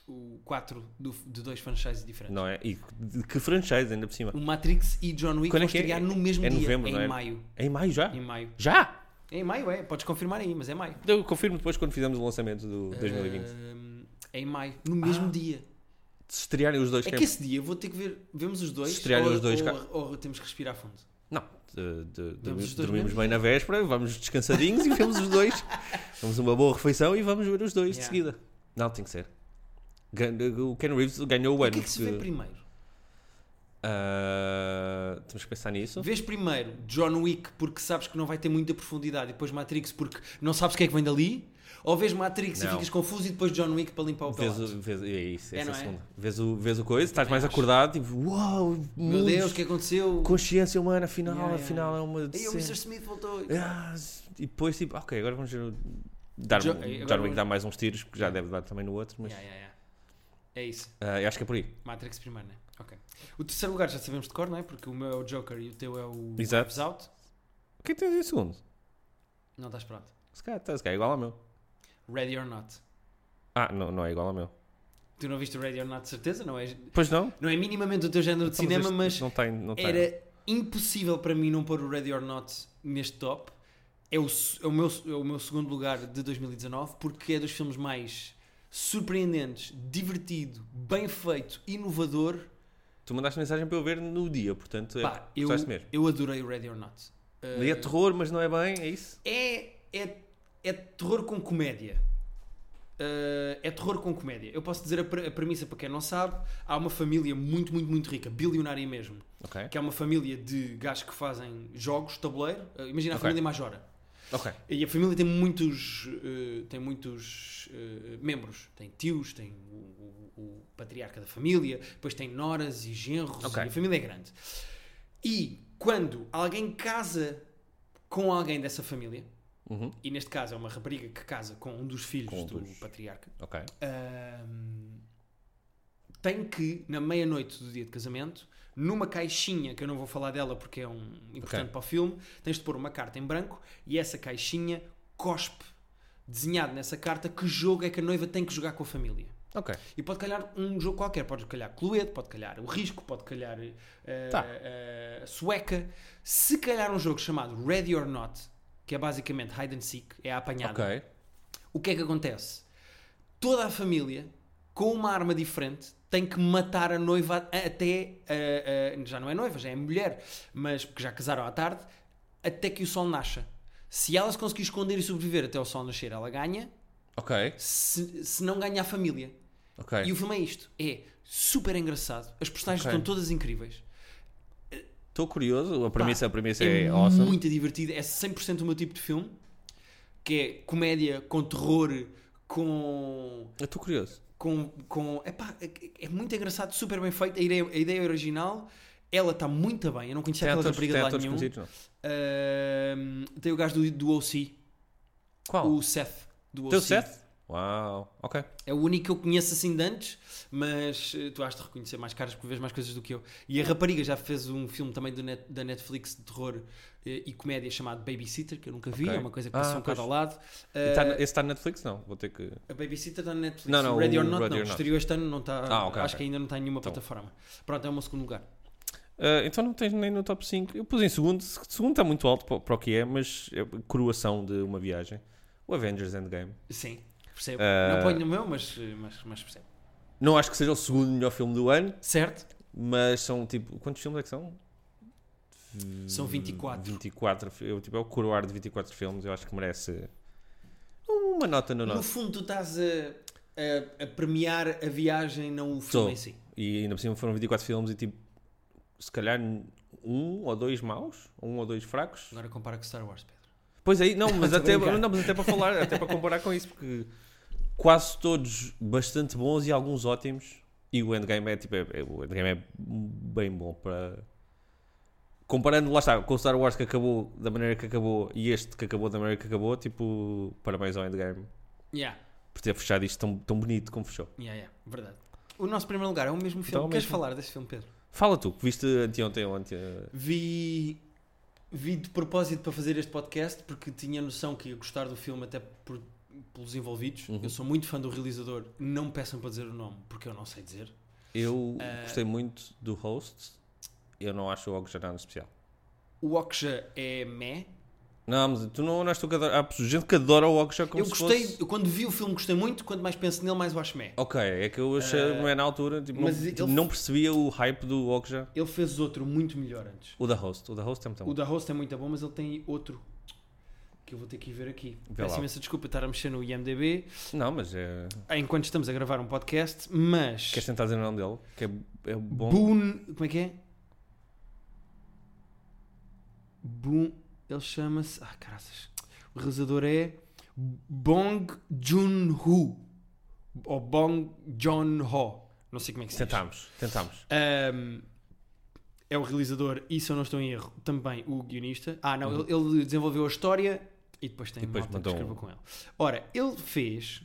A: o 4 do- de dois franchises diferentes.
B: Não é? E de que franchise ainda por cima?
A: O Matrix e John Wick
B: Quando é
A: vão
B: que é?
A: estrear no mesmo
B: É
A: dia,
B: novembro,
A: em
B: não é?
A: maio.
B: É em maio já?
A: Em maio.
B: Já!
A: É em maio, é. Podes confirmar aí, mas é maio.
B: Eu confirmo depois quando fizemos o lançamento do
A: Eh,
B: 2020.
A: Ahm, é em maio, no
B: Ah,
A: mesmo dia.
B: Se estrearem os dois,
A: É
B: quem-
A: que esse dia vou ter que ver. Vemos os dois.
B: Se estrearem
A: ou,
B: os dois,
A: ou-
B: cara.
A: ou temos que respirar fundo.
B: Não, eh, de-
A: Vamos
B: dormi-
A: os dois
B: dormimos
A: mesmo?
B: bem na véspera, vamos descansadinhos e vemos os dois. Vamos uma boa refeição e vamos ver os dois de
A: Yeah.
B: seguida. Não, tem que ser. Gan- O Ken Reeves ganhou o
A: O
B: ano.
A: que é que se vê
B: porque-
A: primeiro?
B: Ah, temos que pensar nisso.
A: Vês primeiro John Wick porque sabes que não vai ter muita profundidade e depois Matrix porque não sabes o que é que vem dali? Ou vês Matrix e
B: Não.
A: ficas confuso e depois John Wick para limpar o
B: Vês o,
A: pelato?
B: vês, é isso,
A: É,
B: essa é a
A: não é?
B: segunda. Vês, o, vês o coisa, estás mais
A: acho.
B: acordado, tipo, uau,
A: Meu
B: mundo,
A: Deus, o que aconteceu?
B: consciência humana, afinal,
A: Yeah, yeah,
B: afinal
A: yeah.
B: é uma.
A: Ei, o
B: cena.
A: Mr. Smith voltou.
B: Ah, e depois, tipo, ok, agora vamos ver o- dar, um-
A: Jo-
B: John
A: agora
B: Wick
A: vamos-
B: dá mais uns tiros, que já deve dar também no outro, mas
A: Yeah, yeah, yeah. É isso.
B: ah, eu acho que é por aí.
A: Matrix primeiro, né? Ok. O terceiro lugar já sabemos de cor, não é? Porque o meu é o Joker e o teu é o
B: Exato.
A: Knives Out.
B: Quem é tens em segundo?
A: Não estás pronto.
B: Se calhar, tá, se calhar é igual ao meu.
A: Ready or Not.
B: Ah, não, não é igual ao meu.
A: Tu não viste o Ready or Not, de certeza? Não é,
B: Pois não?
A: não é minimamente o teu género de cinema,
B: Então,
A: mas
B: este Não tem, não tem.
A: era impossível para mim não pôr o Ready or Not neste top. É o, se- é o meu, é o meu segundo lugar de 2019 porque é dos filmes mais surpreendentes, divertido, bem feito, inovador.
B: Tu mandaste mensagem para eu ver no dia, portanto, é,
A: Pá, eu,
B: gostaste mesmo.
A: eu adorei o Ready or Not. Uh,
B: E é terror, mas não é bem, é isso?
A: é, é, é terror com comédia. Uh, é terror com comédia. Eu posso dizer a, pre- a premissa para quem não sabe: há uma família muito, muito, muito rica, bilionária mesmo,
B: Ok.
A: que é uma família de gajos que fazem jogos, tabuleiro. Uh, imagina a
B: Ok.
A: família Majora.
B: Ok.
A: E a família tem muitos, eh, tem muitos eh, membros. Tem tios, tem o, o- o patriarca da família, depois tem noras e genros.
B: Ok.
A: E a família é grande. E quando alguém casa com alguém dessa família,
B: Uhum.
A: e neste caso é uma rapariga que casa com um dos filhos
B: Com um
A: do
B: dos-
A: patriarca,
B: Ok.
A: ahm, tem que, na meia-noite do dia de casamento, numa caixinha, que eu não vou falar dela porque é um importante
B: Ok.
A: para o filme, tens de pôr uma carta em branco e essa caixinha cospe, desenhado nessa carta, que jogo é que a noiva tem que jogar com a família.
B: Ok.
A: E pode calhar um jogo qualquer, pode calhar Cluedo, pode calhar o Risco, pode calhar eh,
B: Tá.
A: eh, Sueca. Se calhar um jogo chamado Ready or Not, que é basicamente hide and seek, é a apanhada.
B: Ok.
A: O que é que acontece? Toda a família, com uma arma diferente, tem que matar a noiva a- até. eh, eh, já não é noiva, já é mulher, mas porque já casaram à tarde, até que o sol nasça. Se ela se conseguir esconder e sobreviver até o sol nascer, ela ganha.
B: Ok.
A: Se, se não ganha a família.
B: Ok.
A: E o filme é isto: é super engraçado, as personagens
B: Ok.
A: estão todas incríveis.
B: Estou curioso, a premissa, a premissa
A: é,
B: é, awesome.
A: muito divertido, é 100% o meu tipo de filme, que é comédia com terror, com
B: Eu estou curioso.
A: com, com epá, é, é muito engraçado, super bem feito. A ideia, a ideia original, ela está muito bem. Eu não conhecia
B: Tem
A: aquela
B: atores,
A: rapariga
B: tem
A: de lado
B: atores
A: nenhum.
B: conhecidos, não?
A: Ahm, tem o gajo do, do OC,
B: Qual?
A: o Seth. Do
B: Oh. Teu
A: OC.
B: Seth? Uau, ok.
A: É o único que eu conheço assim de antes, mas eh, tu has de reconhecer mais caras porque vês mais coisas do que eu. E a rapariga já fez um filme também do Net- da Netflix de terror eh, e comédia chamado Babysitter, que eu nunca vi,
B: Ok.
A: é uma coisa que
B: Ah,
A: passou um
B: pois.
A: bocado ao lado.
B: E
A: Eh,
B: tá- esse está na Netflix? Não, vou ter que.
A: A Babysitter está na Netflix.
B: Não, não,
A: o Ready or
B: o
A: Not
B: Ready
A: não.
B: or Not.
A: Estreou este ano, não está.
B: Ah, ok,
A: acho
B: ok.
A: que ainda não está em nenhuma
B: Então.
A: plataforma. Pronto, é o meu segundo lugar.
B: Ah, então não tens nem no top 5. Eu pus em segundo. Se- Segundo está muito alto para, o- para o que é, mas é coroação de uma viagem. O Avengers Endgame.
A: Sim, percebo.
B: Eh,
A: Não ponho no meu, mas, mas, mas percebo.
B: Não acho que seja o segundo melhor filme do ano,
A: Certo?
B: mas são tipo. Quantos filmes é que são?
A: São 24.
B: 24. fi- Eu, tipo, é o coroar de 24 filmes. Eu acho que merece uma nota no
A: No
B: nosso.
A: fundo, tu estás a, a- a premiar a viagem, não o filme
B: Tô.
A: em si.
B: E ainda por cima foram 24 filmes e tipo, se calhar um ou dois maus, um ou dois fracos.
A: Agora compara com Star Wars, Pedro.
B: Pois aí, não, mas
A: Tô
B: até,
A: brincando.
B: não, mas até para falar, até para comparar com isso, porque quase todos bastante bons e alguns ótimos. E o Endgame é tipo, é, é- o Endgame é bem bom para. Comparando, lá está, com o Star Wars que acabou da maneira que acabou e este que acabou da maneira que acabou, tipo, parabéns ao Endgame
A: Yeah,
B: por ter fechado isto tão, tão bonito como fechou.
A: yeah, yeah. Verdade. O nosso primeiro lugar é o mesmo filme.
B: Então é o
A: Queres
B: mesmo.
A: falar desse filme, Pedro?
B: Fala tu, que viste anteontem ou ante.
A: Vi. Vi de propósito para fazer este podcast porque tinha noção que ia gostar do filme, até por- pelos envolvidos.
B: Uhum.
A: Eu sou muito fã do realizador. Não me peçam para dizer o nome porque eu não sei dizer.
B: Eu
A: Ah.
B: gostei muito do host, eu não acho o Og nada especial.
A: O Oksha é meh.
B: Não, mas tu não, não és tu que adora. Há gente que adora o Oksha como
A: eu
B: se
A: gostei,
B: fosse-
A: eu quando vi o filme gostei muito, quanto mais penso nele, mais o acho meh.
B: Ok, é que eu achei, não é na altura, tipo, não,
A: Ah. mas
B: tipo,
A: ele-
B: não percebia o hype do Okja.
A: Ele fez outro muito melhor antes.
B: O da Host, o da Host é muito bom.
A: O da Host é muito bom, mas ele tem outro que eu vou ter que ir ver aqui.
B: Vê
A: Peço
B: lá.
A: imensa desculpa estar a mexer no IMDB
B: Não, mas é...
A: enquanto estamos a gravar um podcast, mas
B: Queres tentar dizer o nome dele? Que é, é bom.
A: Boone, como é que é? Boone, ele chama-se, ah, caraças. O realizador é Bong Joon-ho ou Bong Joon-ho. Não sei como é que se diz.
B: Tentámos, tentámos.
A: Um, é o realizador, e se eu não estou em erro, também o guionista. Ah, não, ele, ele desenvolveu a história e depois tem
B: Uhum. E depois
A: malta
B: mandou
A: que
B: um-
A: escreveu com ele. Ora, ele fez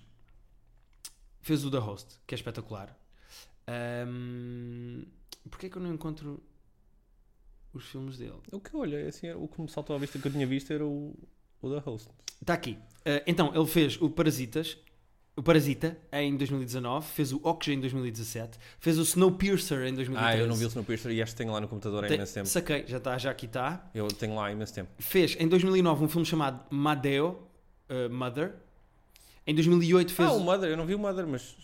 A: fez o da Host, que é espetacular. Um, Porquê é que eu não encontro os filmes dele?
B: O que eu olhei, assim, era, o que me saltou à vista, que eu tinha visto, era o, o da Host.
A: Está aqui. Eh, então, ele fez o Parasitas, o Parasita em 2019, fez o Oxygen em 2017, fez o Snowpiercer em 2013.
B: Ah, eu não vi o Snowpiercer e acho que tenho lá no computador há
A: Tem-
B: imenso tempo.
A: Saquei, já está, já aqui tá. está.
B: Eu tenho lá há imenso tempo.
A: Fez em 2009 um filme chamado Madeo, eh, Mother. Em 2008 fez
B: Ah, o Mother, eu não vi o Mother, mas...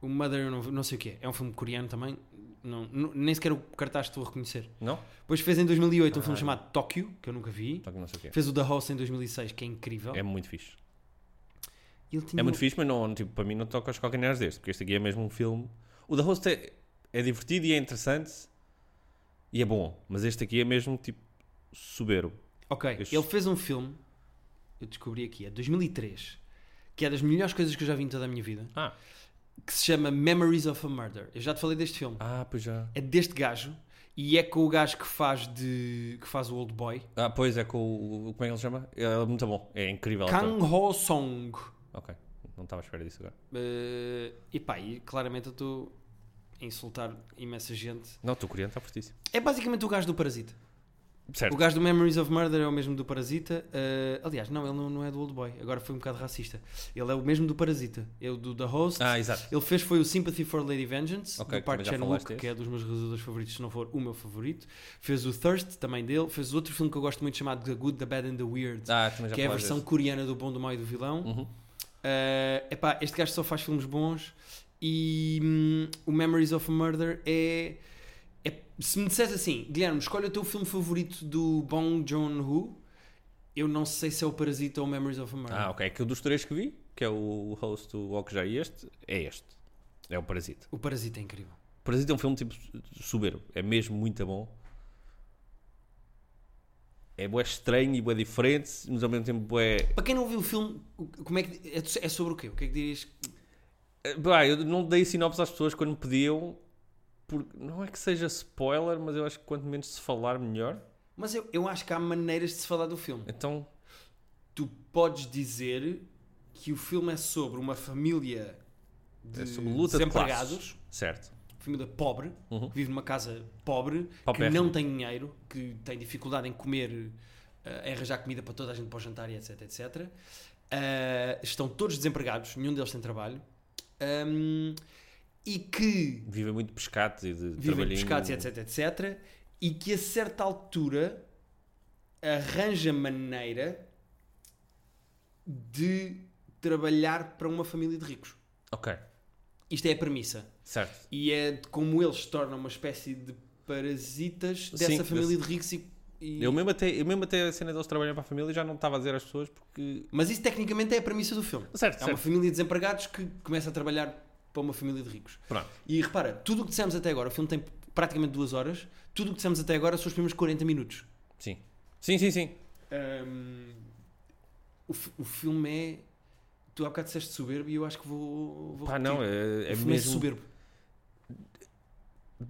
A: o Mother, eu não, não sei o que é. É um filme coreano também. Não, não- nem sequer o cartaz estou a reconhecer.
B: Não?
A: Depois fez em 2008 um
B: Ah,
A: filme
B: é.
A: chamado Tóquio, que eu nunca vi.
B: Só que não sei o que
A: Fez o The House em 2006, que é incrível.
B: é. É muito fixe.
A: E Ele tinha
B: É muito
A: um-
B: fixe, mas não, tipo, para mim não toca aos calcanhares deste, porque este aqui é mesmo um filme. O da Host é, é divertido e é interessante e é bom, mas este aqui é mesmo tipo soberbo.
A: Ok,
B: Este-
A: ele fez um filme, eu descobri aqui, é 2003, que é das melhores coisas que eu já vi em toda a minha vida,
B: Ah,
A: que se chama Memories of a Murder. Eu já te falei deste filme.
B: ah pois já.
A: É deste gajo e é com o gajo que faz de que faz o Old Boy.
B: Ah, pois é com o. o- Como é que ele se chama? É muito bom, é incrível. ator.
A: Kang Ho Song.
B: Ok, não estava à espera disso agora.
A: Eh, e pá, e claramente eu estou a insultar imensa gente.
B: Não, estou coreano, está fortíssimo.
A: É basicamente o gajo do Parasita.
B: Certo.
A: O gajo do Memories of Murder é o mesmo do Parasita. Eh, aliás, não, ele não, não é do Old Boy. Agora foi um bocado racista. Ele é o mesmo do Parasita. É o do The Host.
B: Ah, exato.
A: Ele fez foi o Sympathy for Lady Vengeance,
B: Ok,
A: do Park
B: também já falaste
A: Chan-wook,
B: desse.
A: que é dos meus realizadores favoritos, se não for o meu favorito. Fez o Thirst, também dele. Fez outro filme que eu gosto muito, chamado The Good, The Bad and The Weird,
B: Ah, também já
A: que é a
B: falaste
A: versão
B: desse.
A: coreana do Bom, do Mau e do Vilão.
B: Uhum.
A: Eh, epá, este gajo só faz filmes bons e hum, o Memories of Murder é, é- Se me disseres assim, Guilherme, escolhe o teu filme favorito do Bong Joon-ho, eu não sei se é o Parasita ou o Memories of Murder.
B: Ah, ok. É que dos três que vi, que é o host, o Ok já e este, é este. É o Parasita.
A: O Parasita é incrível.
B: Parasita é um filme tipo soberbo, é mesmo muito bom. É bué estranho e bué diferente, mas ao mesmo tempo bué...
A: Para quem não viu o filme, o- como é que é é sobre o quê? O que é que dirias?
B: Eh, pá, eu não dei sinopse às pessoas quando me pediam, porque não é que seja spoiler, mas eu acho que quanto menos se falar, melhor.
A: Mas eu, eu acho que há maneiras de se falar do filme.
B: Então,
A: Tu podes dizer que o filme é sobre uma família de
B: é sobre luta de
A: desempregados,
B: classes. Certo.
A: família pobre, que vive numa casa pobre, que
B: Paupérrima.
A: não tem dinheiro, que tem dificuldade em comer, eh, em arranjar comida para toda a gente para o jantar e etc, etc. Eh, estão todos desempregados, nenhum deles tem trabalho. Ahm, e que
B: Vivem muito de pescados e de
A: vivem de
B: trabalhinho.
A: pescados, etc, etc. E que a certa altura arranja maneira de trabalhar para uma família de ricos.
B: Ok,
A: Isto é a premissa.
B: certo.
A: E é de como eles se tornam uma espécie de parasitas dessa
B: Sim,
A: família de ricos e. e-
B: Eu mesmo, até, eu mesmo até a cena deles trabalharem para a família já não estava a dizer às pessoas porque...
A: Mas isso tecnicamente é a premissa do filme.
B: Certo,
A: É uma
B: certo.
A: família de desempregados que começa a trabalhar para uma família de ricos.
B: Pronto.
A: E repara, tudo o que dissemos até agora, o filme tem praticamente duas horas, tudo o que dissemos até agora são os primeiros 40 minutos.
B: Sim. Sim, sim, sim.
A: Hum, o, fi- o filme é. Tu há bocado disseste soberbo e eu acho que vou. vou
B: Pá, não,
A: repetir.
B: é, é
A: o filme é
B: mesmo...
A: soberbo.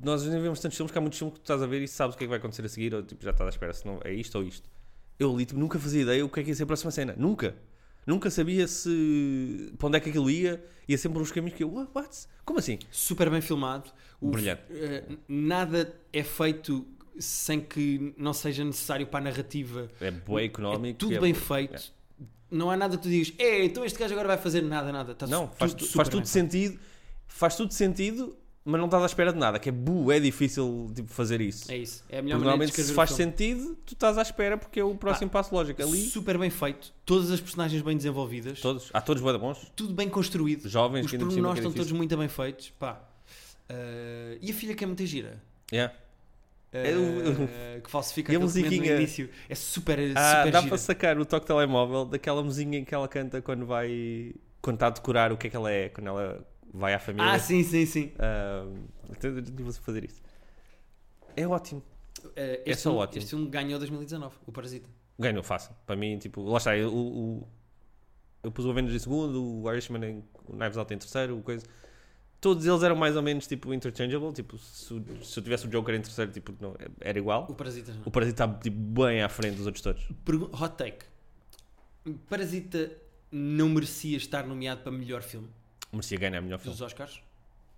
B: Nós nem vemos tantos filmes que há muitos filmes que tu estás a ver e sabes o que é que vai acontecer a seguir, ou tipo, já estás à espera se não é isto ou isto. Eu li, tipo, nunca fazia ideia o que é que ia ser a próxima cena. Nunca. Nunca sabia se. para onde é que aquilo ia. Ia sempre por uns caminhos que eu. What? What? Como assim?
A: Super bem filmado. O f-
B: Brilhante.
A: eh, nada é feito sem que não seja necessário para a narrativa.
B: É bué económico.
A: é tudo
B: é-
A: bem feito. Não há nada que tu digas, é, então este gajo agora vai fazer nada, nada. Está
B: Não,
A: su-
B: faz,
A: tudo
B: tu-
A: super
B: faz
A: bem
B: tudo sentido. Faz tudo sentido mas não estás à espera de nada, que é bu, é difícil tipo, fazer isso.
A: É isso. É a melhor
B: Porque
A: maneira de
B: normalmente se
A: descrever o
B: faz
A: filme.
B: sentido, tu estás à espera porque é o próximo passo lógico. Ali,
A: Super bem feito. Todas as personagens bem desenvolvidas.
B: todos, atores bué de bons,
A: Tudo bem construído.
B: jovens,
A: Os
B: que ainda por cima
A: pormenores
B: que é
A: estão todos
B: difícil.
A: muito bem feitos. Pá. Ah, e a filha que é muito gira.
B: Yeah.
A: Ah,
B: É o-
A: que falsifica
B: E a
A: aquele documento
B: musiquinha?
A: no início. É super,
B: Ah,
A: super
B: dá
A: gira.
B: para sacar o toque telemóvel daquela musiquinha em que ela canta quando vai. quando está a decorar o que é que ela é, quando ela vai à família.
A: Ah, sim, sim, sim.
B: Ah, até devo fazer isso. É ótimo.
A: Eh,
B: É
A: este,
B: só
A: filme,
B: ótimo.
A: este filme ganhou 2019, o Parasita.
B: Ganhou fácil. Para mim, tipo, lá está. Eu, o- eu pus o Avengers em segundo, o Irishman em. o Knives Out em terceiro, o coisa. Todos eles eram mais ou menos tipo interchangeable. Tipo, se, o- se eu tivesse o Joker em terceiro, tipo, não, era igual.
A: O Parasita não.
B: O Parasita está tipo, bem à frente dos outros todos.
A: Pergun- Hot take. Parasita não merecia estar nomeado para melhor filme
B: Merecia ganhar melhor filme.
A: dos Oscars.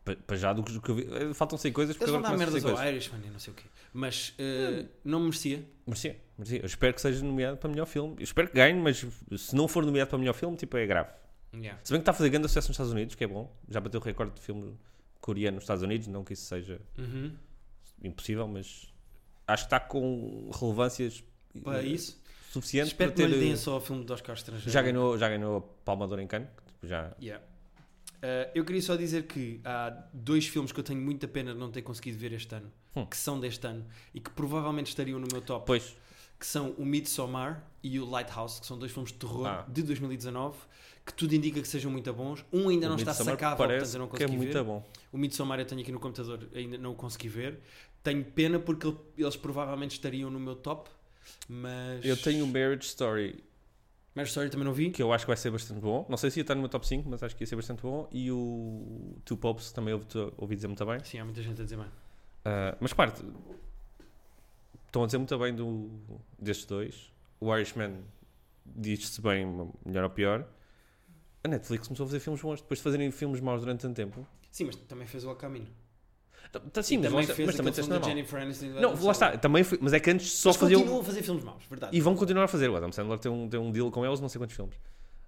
B: Pa- Para já do que, do que eu vi. eh, Faltam 100 coisas porque
A: Eles vão
B: agora
A: dar
B: começam
A: merdas
B: a sair
A: ao
B: coisas.
A: Irishman e não sei o quê. Mas
B: Hum.
A: eh, não merecia.
B: Merecia, merecia. Eu espero que seja nomeado para melhor filme. Eu espero que ganhe, mas se não for nomeado para melhor filme, tipo, é grave.
A: Yeah.
B: Se bem que está a fazer grande sucesso nos Estados Unidos, que é bom. Já bateu o recorde de filme coreano nos Estados Unidos. Não que isso seja
A: Uhum.
B: impossível, mas acho que está com relevâncias
A: Para
B: eh,
A: isso,
B: suficientes
A: espero
B: para
A: que não lhe deem
B: ter. eh,
A: só o filme dos Oscars estrangeiros.
B: Já ganhou, já ganhou a Palma de Ouro em Cannes. que, tipo, Já...
A: Yeah. Eh, eu queria só dizer que há dois filmes que eu tenho muita pena de não ter conseguido ver este ano,
B: Hum.
A: que são deste ano e que provavelmente estariam no meu top
B: Pois,
A: que são o Midsommar e o Lighthouse, que são dois filmes de terror
B: Ah.
A: de 2019, que tudo indica que sejam muito bons. Um ainda
B: o
A: não está
B: Midsommar
A: sacável,
B: parece
A: portanto eu não
B: que é
A: consegui
B: muito
A: ver.
B: bom.
A: O Midsommar eu tenho aqui no computador, ainda não o consegui ver. Tenho pena porque ele- eles provavelmente estariam no meu top, mas...
B: Eu tenho o Marriage Story
A: Marriage Story também não vi.
B: que eu acho que vai ser bastante bom. Não sei se ia estar no meu top 5, mas acho que ia ser bastante bom. E o Two Pops também ouvi, ouvi dizer muito bem.
A: Sim, há muita gente a dizer bem.
B: Ah, mas parte, estão a dizer muito bem do, destes dois. O Irishman diz-se bem, melhor ou pior. A Netflix começou a fazer filmes bons depois de fazerem filmes maus durante tanto tempo.
A: Sim, mas também fez o El Camino.
B: Tá- tá sim,
A: E
B: mas,
A: também
B: lá,
A: fez
B: mas
A: aquele
B: também disseste
A: filme da
B: normal.
A: Jennifer Aniston. e do Adam
B: Não, lá
A: Sandler.
B: está, também foi, mas é que antes só
A: Mas
B: faziam.
A: continuam a fazer filmes maus, verdade.
B: E vão continuar a fazer. O Adam Sandler tem um, tem um deal com eles, não sei quantos filmes.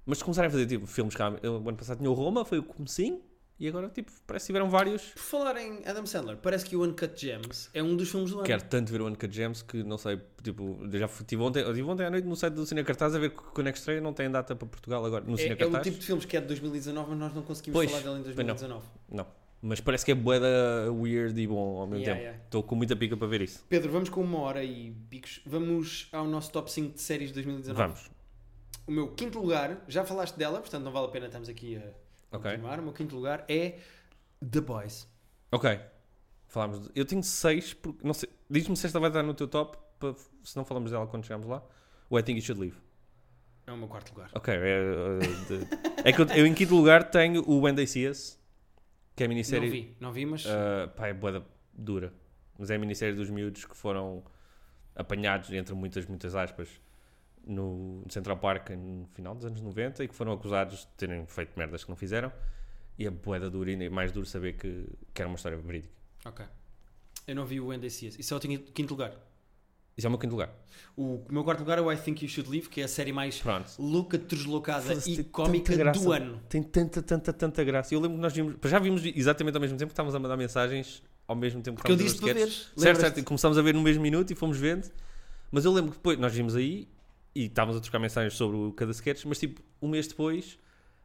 B: Mas se começarem a fazer tipo filmes que há- eu- o ano passado tinha o Roma, foi o comecinho, e agora tipo, parece que tiveram vários.
A: Por falar em Adam Sandler, parece que o Uncut Gems é um dos filmes do ano.
B: Quero tanto ver o Uncut Gems que não sei, tipo, eu já fui- tive ontem, eu tive ontem à noite no site do Cine Cartaz a ver que quando é que estreia, não tem data para Portugal agora no
A: É,
B: Cine
A: é o
B: Cartaz.
A: tipo de filmes que é de 2019, mas nós não conseguimos
B: Pois,
A: falar dele em
B: pois não.
A: 2019.
B: Não, mas parece que é boeda weird e bom ao mesmo
A: Yeah,
B: tempo.
A: yeah.
B: Estou com muita pica para ver isso.
A: Pedro, vamos com uma hora e picos. Vamos ao nosso top 5 de séries de 2019.
B: Vamos.
A: O meu quinto lugar, já falaste dela, portanto não vale a pena estarmos aqui a
B: Ok.
A: continuar. O meu quinto lugar é The Boys.
B: Ok. Falámos. de- Eu tenho seis, porque não sei. Diz-me se esta vai estar no teu top, para- se não falamos dela quando chegarmos lá. Ou I think you should leave.
A: É o meu quarto lugar.
B: Ok. É, é, de- é que eu, eu em quinto lugar tenho o When They See Us, que é a
A: Não
B: minissérie
A: vi, não vi, mas
B: Uh, pá, é boeda dura. Mas é a minissérie dos miúdos que foram apanhados, entre muitas, muitas aspas, no Central Park no final dos anos 90 e que foram acusados de terem feito merdas que não fizeram. E é boeda dura e é mais duro saber que, que era uma história verídica.
A: ok. Eu não vi o NDCS. Isso é o tinha- quinto lugar.
B: Isso é o meu quinto lugar.
A: O meu quarto lugar é o I Think You Should Leave, que é a série mais
B: Pronto.
A: louca, deslocada
B: Foda-se,
A: e
B: tem
A: cómica
B: tanta graça.
A: do ano.
B: Tem tanta, tanta, tanta graça. Eu lembro que nós vimos, já vimos exatamente ao mesmo tempo que estávamos a mandar mensagens ao mesmo tempo que
A: Porque eu
B: estávamos
A: disse para
B: a ver
A: ver.
B: sketches. Certo, certo, e começámos a ver no mesmo minuto e fomos vendo. Mas eu lembro que depois nós vimos aí e estávamos a trocar mensagens sobre o- cada sketch, mas tipo, um mês depois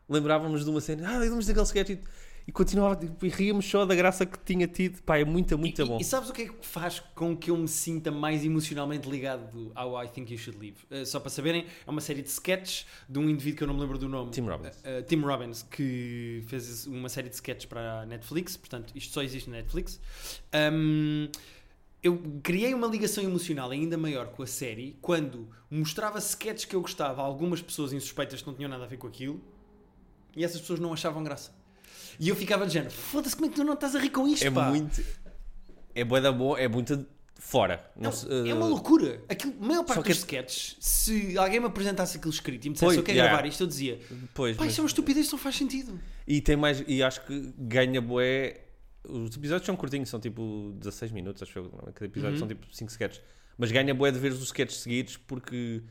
B: lembrávamos de uma cena, ah, lembramos daquele sketch e, e continuava tipo, e ríamos só da graça que tinha tido. Pá, é muito, muito
A: e,
B: bom.
A: E sabes o que é que faz com que eu me sinta mais emocionalmente ligado ao I Think You Should Leave? Eh, só para saberem, é uma série de sketches de um indivíduo que eu não me lembro do nome.
B: Tim Robbins.
A: Eh, Tim Robbins, que fez uma série de sketches para a Netflix, portanto, isto só existe na Netflix. Ahm, eu criei uma ligação emocional ainda maior com a série quando mostrava sketches que eu gostava a algumas pessoas insuspeitas que não tinham nada a ver com aquilo e essas pessoas não achavam graça. E eu ficava de género, foda-se, como é que tu não estás a rir com isto,
B: é
A: pá?
B: muito. É boa da boa, é muito fora. Não
A: Não,
B: se- eh,
A: é uma loucura. Aquilo, a maior parte
B: Só que
A: dos
B: é-
A: sketches, se alguém me apresentasse aquilo escrito e me dissesse
B: Pois,
A: eu quero
B: yeah. assim.
A: gravar isto, eu dizia
B: Pois,
A: pá,
B: mas-
A: isso é uma estupidez, isso não faz sentido.
B: E tem mais, e acho que ganha boé. Os episódios são curtinhos, são tipo 16 minutos, acho que cada
A: Uhum.
B: episódio são tipo 5 sketches. Mas ganha boé de ver os sketches seguidos porque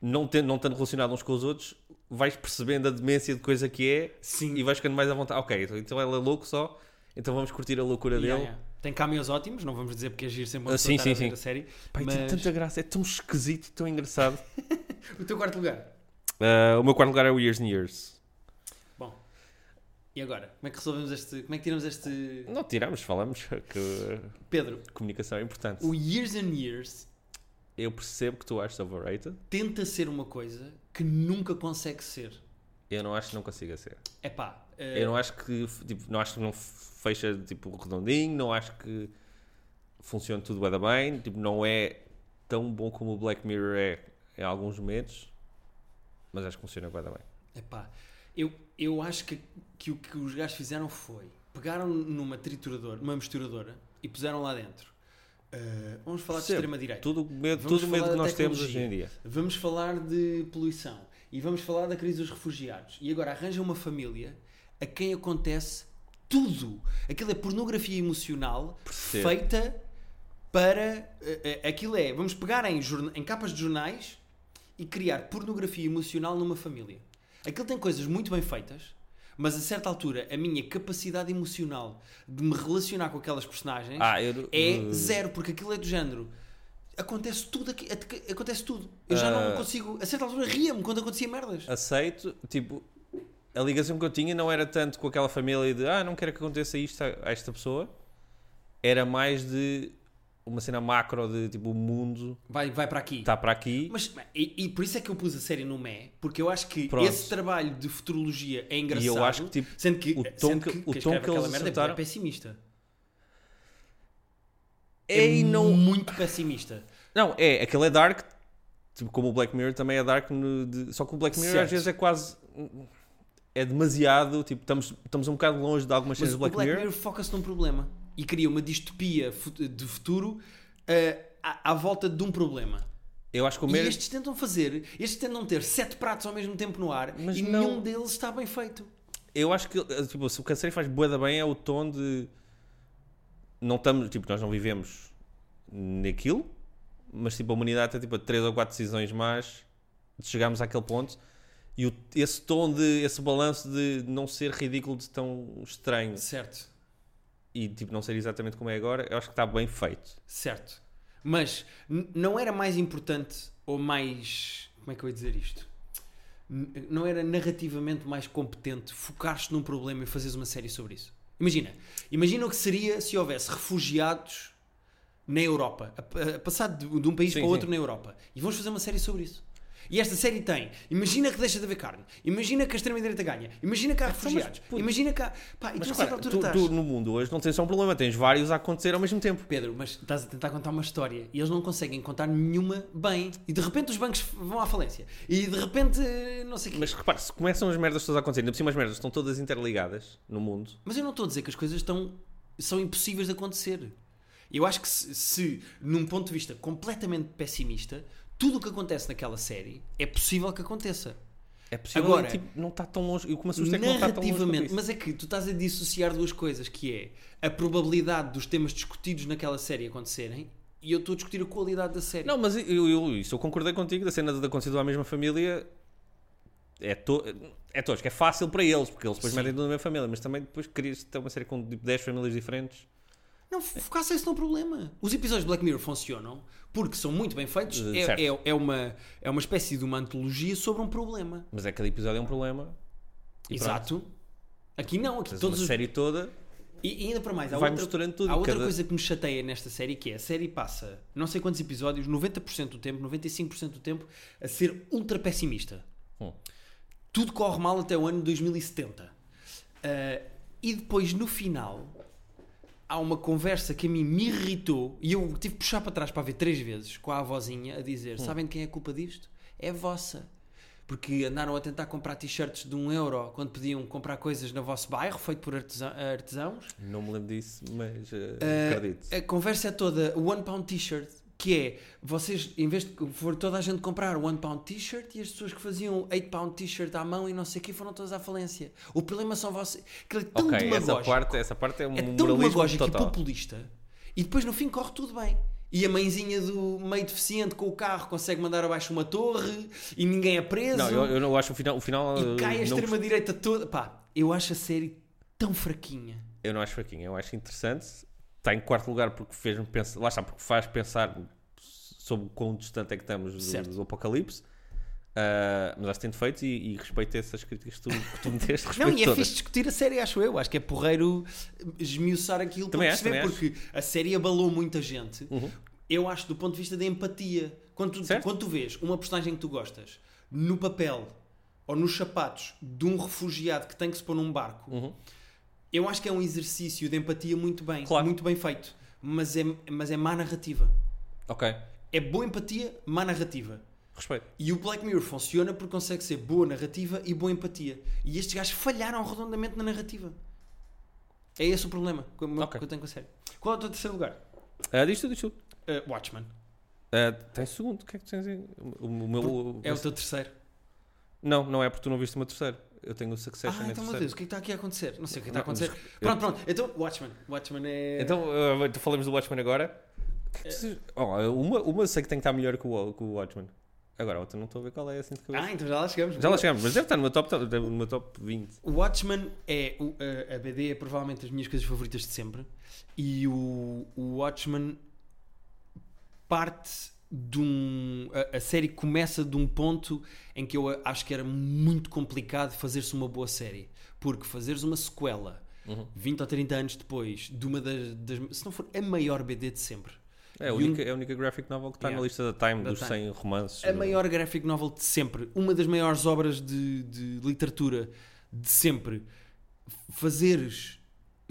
B: não tendo, não estando relacionado uns com os outros, vais percebendo a demência de coisa que é
A: Sim.
B: e vais ficando mais à vontade. Ok, então ele então é louco só, Então vamos curtir a loucura
A: Yeah,
B: dele.
A: yeah. Tem caminhos ótimos, não vamos dizer porque agir sempre uma
B: Ah,
A: pessoa
B: sim,
A: estar a
B: sim,
A: ver
B: sim.
A: a série.
B: Pai, tem
A: Mas-
B: tanta graça, é tão esquisito, tão engraçado.
A: O teu quarto lugar.
B: Ah, o meu quarto lugar é o Years and Years.
A: E agora? Como é que resolvemos este. Como é que tiramos este.
B: Não tiramos, falamos que
A: Pedro,
B: a comunicação é importante.
A: o Years and Years
B: Eu percebo que tu achas overrated.
A: tenta ser uma coisa que nunca consegue ser.
B: Eu não acho que não consiga ser.
A: É pá.
B: Eu não acho que tipo, não acho que não fecha tipo redondinho, não acho que funcione tudo bem, bem, tipo, não é tão bom como o Black Mirror é em alguns momentos, mas acho que funciona bem, bem.
A: Epá, eu, eu acho que, que o que os gajos fizeram foi pegaram numa trituradora, numa misturadora e puseram lá dentro. Ah, vamos falar de
B: Percebo.
A: extrema-direita.
B: Todo o medo,
A: Vamos
B: todo o medo
A: falar
B: que
A: da
B: nós temos hoje
A: tecnologia.
B: em dia.
A: Vamos falar de poluição e vamos falar da crise dos refugiados. E agora arranja uma família a quem acontece tudo. Aquilo é pornografia emocional
B: Percebo.
A: feita para. eh, eh, Aquilo é. Vamos pegar em, jorna- em capas de jornais e criar pornografia emocional numa família. Aquilo tem coisas muito bem feitas, mas a certa altura a minha capacidade emocional de me relacionar com aquelas personagens
B: Ah, eu-
A: é
B: uh,
A: zero, porque aquilo é do género. Acontece tudo aqui, at- acontece tudo. Eu já
B: Ah.
A: não consigo. A certa altura ria-me quando acontecia merdas.
B: eh, aceito, tipo, a ligação que eu tinha não era tanto com aquela família de ah, não quero que aconteça isto a, a esta pessoa, era mais de uma cena macro de tipo, o mundo
A: Vai, vai para aqui.
B: está para aqui.
A: Mas, e, e por isso é que eu pus a série no Mé, porque eu acho que
B: Pronto.
A: esse trabalho de futurologia é engraçado.
B: E eu acho que, tipo,
A: sendo que
B: o tom
A: sendo
B: que-
A: que,
B: o
A: quem escreve
B: tom que
A: aquela
B: eles
A: merda
B: acertaram-
A: é pessimista.
B: Ei,
A: é
B: não-
A: muito pessimista.
B: Não, é, aquele é dark, tipo, como o Black Mirror também é dark, no- de- só que o Black Mirror
A: Certo.
B: às vezes é quase. É demasiado, tipo, estamos, estamos um bocado longe de algumas
A: Mas
B: cenas do
A: o Black,
B: Black, Mirror.
A: Mirror foca-se num problema e cria uma distopia fut- de futuro eh, à, à volta de um problema.
B: Eu acho que o
A: E
B: Mirror.
A: estes tentam fazer, estes tentam ter sete pratos ao mesmo tempo no ar
B: Mas
A: e
B: não-
A: nenhum deles está bem feito.
B: Eu acho que, eh, tipo, se o que a série faz bué da bem é o tom de. Não estamos, tipo, nós não vivemos naquilo, mas, tipo, a humanidade tem, tipo, a três ou quatro decisões mais de chegarmos àquele ponto. E o- esse tom de, esse balanço de não ser ridículo, de tão estranho
A: Certo,
B: e, tipo, não ser exatamente como é agora, eu acho que está bem feito.
A: certo. Mas n- não era mais importante ou mais. Como é que eu ia dizer isto? N- Não era narrativamente mais competente focar-se num problema e fazeres uma série sobre isso? Imagina, imagina o que seria se houvesse refugiados na Europa, a, a passar de, de um país
B: Sim,
A: para outro
B: sim.
A: na Europa. E vamos fazer uma série sobre isso. E esta série tem. Imagina que deixa de haver carne. Imagina que a extrema-direita ganha. Imagina que há
B: Então, mas,
A: refugiados.
B: puto,
A: imagina que há. Pá, e tu,
B: Mas
A: a
B: claro,
A: certa altura,
B: tu,
A: estás.
B: tu no mundo hoje não tens só um problema, tens vários a acontecer ao mesmo tempo.
A: Pedro, mas estás a tentar contar uma história e eles não conseguem contar nenhuma bem. E de repente os bancos f- vão à falência. E de repente eh, não sei o quê. Mas,
B: Mas repare, se começam as merdas todas a acontecer, ainda por cima as merdas estão todas interligadas no mundo,
A: eu não estou a dizer que as coisas estão, são impossíveis de acontecer. Eu acho que se, se, num ponto de vista completamente pessimista, tudo o que acontece naquela série é possível que aconteça.
B: é possível
A: Agora,
B: e, tipo, não está tão longe. E o que me assusta é que não está tão longe. quanto
A: Narrativamente,
B: isso.
A: mas é que tu estás a dissociar duas coisas, que é a probabilidade dos temas discutidos naquela série acontecerem e eu estou a discutir a qualidade da série.
B: Não, mas eu, eu- isso eu concordei contigo, da cena de acontecer à mesma família é, to, é tosco, é fácil para eles, porque eles depois
A: Sim.
B: metem tudo na mesma família, mas também depois querias ter uma série com tipo, 10 famílias diferentes.
A: Não, focassem isso no problema. Os episódios de Black Mirror funcionam porque são muito bem feitos.
B: Eh, certo.
A: É, é, é uma, é uma espécie de uma antologia sobre um problema.
B: Mas é que cada episódio é um problema. E
A: Exato. Aqui não, aqui
B: Pronto,
A: todos
B: uma
A: os...
B: série toda
A: E, e ainda para mais, há
B: vai
A: outra,
B: misturando tudo.
A: há outra
B: cada-
A: coisa que me chateia nesta série que é a série passa não sei quantos episódios, 90% do tempo, 95% do tempo, a ser ultra pessimista.
B: Hum.
A: Tudo corre mal até o ano 2070. Ah, e depois no final há uma conversa que a mim me irritou e eu tive que puxar para trás para ver três vezes com a avózinha a dizer:
B: Hum.
A: Sabem de quem é a culpa disto? É vossa. Porque andaram a tentar comprar t-shirts de um euro quando podiam comprar coisas no vosso bairro, feito por artesã- artesãos.
B: Não me lembro disso, mas eh,
A: Eh,
B: acredito.
A: A conversa é toda o one pound t-shirt, que é vocês, em vez de for toda a gente comprar o one pound t-shirt e as pessoas que faziam 8 pound t-shirt à mão e não sei o que foram todas à falência. O problema são vocês. Aquilo é tão
B: Ok, essa
A: demagógico.
B: parte, essa parte é um
A: é tão
B: moralismo
A: demagógico e
B: total.
A: populista. E depois no fim corre tudo bem. E a mãezinha do meio deficiente com o carro consegue mandar abaixo uma torre e ninguém é preso.
B: Não, eu, eu não acho o final, o final
A: E
B: eh,
A: cai a
B: não
A: extrema-direita toda. Pá, eu acho a série tão fraquinha.
B: Eu não acho fraquinho, eu acho interessante. Está em quarto lugar porque fez-me pensar, lá está, porque faz pensar sobre o quão distante é que estamos
A: Certo.
B: do, do apocalipse. Ah, mas acho que tem defeitos e, e respeito essas críticas que tu, que tu me deste.
A: Não,
B: respeito
A: e é
B: todas.
A: fixe discutir a série, acho eu. Acho que é porreiro esmiuçar aquilo
B: Também
A: para
B: acho,
A: perceber,
B: também
A: porque a série abalou muita gente.
B: Uhum.
A: Eu acho do ponto de vista da empatia. Quando tu,
B: Certo.
A: quando tu vês uma personagem que tu gostas no papel ou nos sapatos de um refugiado que tem que se pôr num barco,
B: Uhum.
A: eu acho que é um exercício de empatia muito bem,
B: Claro.
A: muito bem feito. Mas é, mas é má narrativa.
B: Ok,
A: É boa empatia, má narrativa.
B: respeito.
A: E o Black Mirror funciona porque consegue ser boa narrativa e boa empatia. E estes gajos falharam redondamente na narrativa. É esse o problema que eu
B: Ok.
A: que eu tenho com a série. Qual é o teu terceiro lugar?
B: Ah, diz tu, diz tu.
A: Eh, Watchmen.
B: Ah, tens segundo, o que é que tens aí? O, o meu.
A: É o teu terceiro.
B: Não, não é porque tu não viste o meu terceiro. Eu tenho o Succession
A: ah,
B: em
A: então meu
B: terceiro.
A: Deus, o que é que está aqui a acontecer? Não sei o que é que está a
B: Não, mas-
A: acontecer. Pronto, pronto. Então, Watchmen. Watchmen é...
B: Então, ah, então falamos do Watchmen agora. Que que se- Oh, uma, uma eu sei que tem que estar melhor que o, Wa- que o Watchmen. Agora, a outra não estou a ver qual é assim de cabeça.
A: Ah, então já lá chegamos.
B: Já lá chegamos, mas deve estar numa top, deve- numa top 20.
A: O Watchmen é o- a, a BD é provavelmente as minhas coisas favoritas de sempre e o, o Watchmen parte de um a, a série começa de um ponto em que eu a- acho que era muito complicado fazer-se uma boa série porque fazeres uma sequela 20 ou 30 anos depois de uma das, das- se não for a maior BD de sempre
B: É a
A: E um-
B: única, é a única graphic novel que está
A: Yeah.
B: na lista da Time
A: Da
B: dos
A: Time.
B: 100 romances.
A: a maior graphic novel de sempre, uma das maiores obras de, de literatura de sempre. Fazeres.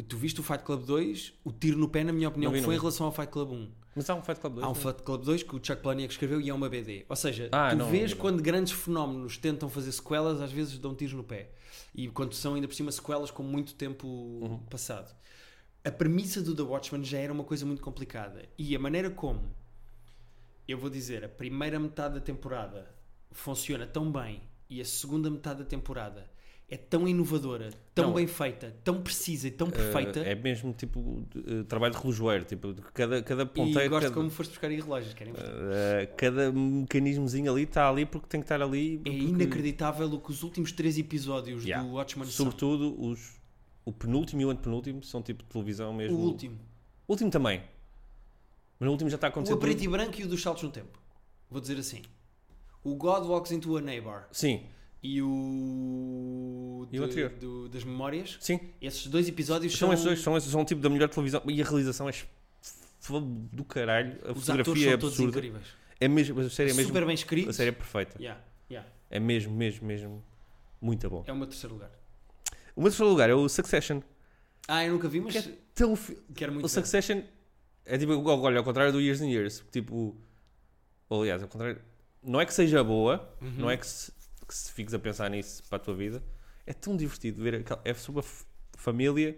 A: Tu viste o Fight Club 2, o tiro no pé, na minha opinião,
B: Não vi, não
A: foi em
B: vi.
A: relação ao Fight Club 1.
B: Mas há um Fight Club 2.
A: Há um
B: não é?
A: Fight Club 2 que o Chuck Palahniuk escreveu e é uma BD. Ou seja,
B: Ah,
A: tu
B: não,
A: vês
B: não.
A: quando grandes fenómenos tentam fazer sequelas, às vezes dão tiros no pé. E quando são ainda por cima sequelas com muito tempo
B: Uhum.
A: passado. A premissa do The Watchmen já era uma coisa muito complicada. E a maneira como, eu vou dizer, a primeira metade da temporada funciona tão bem e a segunda metade da temporada é tão inovadora, tão
B: Não,
A: bem feita, tão precisa e tão perfeita.
B: Ah, é mesmo tipo de- eh, trabalho de relojoeiro. Tipo, de cada, cada ponteiro.
A: e gosto
B: cada...
A: como foste buscar aí relógios, que era importante.
B: ah, cada mecanismozinho ali está ali porque tem que estar ali.
A: É
B: porque-
A: inacreditável o que os últimos três episódios
B: Yeah.
A: do Watchmen são.
B: Sobretudo os, o penúltimo e o antepenúltimo são tipo de televisão
A: O
B: mesmo.
A: último.
B: O último também. Mas no último já está a
A: O
B: acontecer.
A: a preto
B: tudo.
A: e branco e o dos saltos no tempo. Vou dizer assim. O God Walks into a Neighbor
B: Sim,
A: e o...
B: E o
A: de-
B: anterior.
A: do- das memórias.
B: sim.
A: Esses dois episódios
B: São,
A: são...
B: esses dois, são, esses, são tipo da melhor televisão. E a realização é f- f- do caralho. A
A: Os atores
B: fotografia
A: são
B: é
A: todos
B: absurda.
A: incríveis.
B: É mesmo, a série é mesmo.
A: Super bem escritos.
B: A série é perfeita.
A: Yeah, yeah.
B: É mesmo, mesmo, mesmo. Muito bom.
A: É o meu terceiro lugar.
B: O meu terceiro lugar é o Succession.
A: Ah, eu nunca vi, mas
B: Que é tão fi-
A: quero
B: O
A: muito ver.
B: Succession é tipo, olha, ao contrário do Years and Years, tipo, ou, aliás, ao contrário, não é que seja boa,
A: Uhum.
B: não é que se, que se fiques a pensar nisso para a tua vida, é tão divertido ver, aquela- é sobre uma f- família,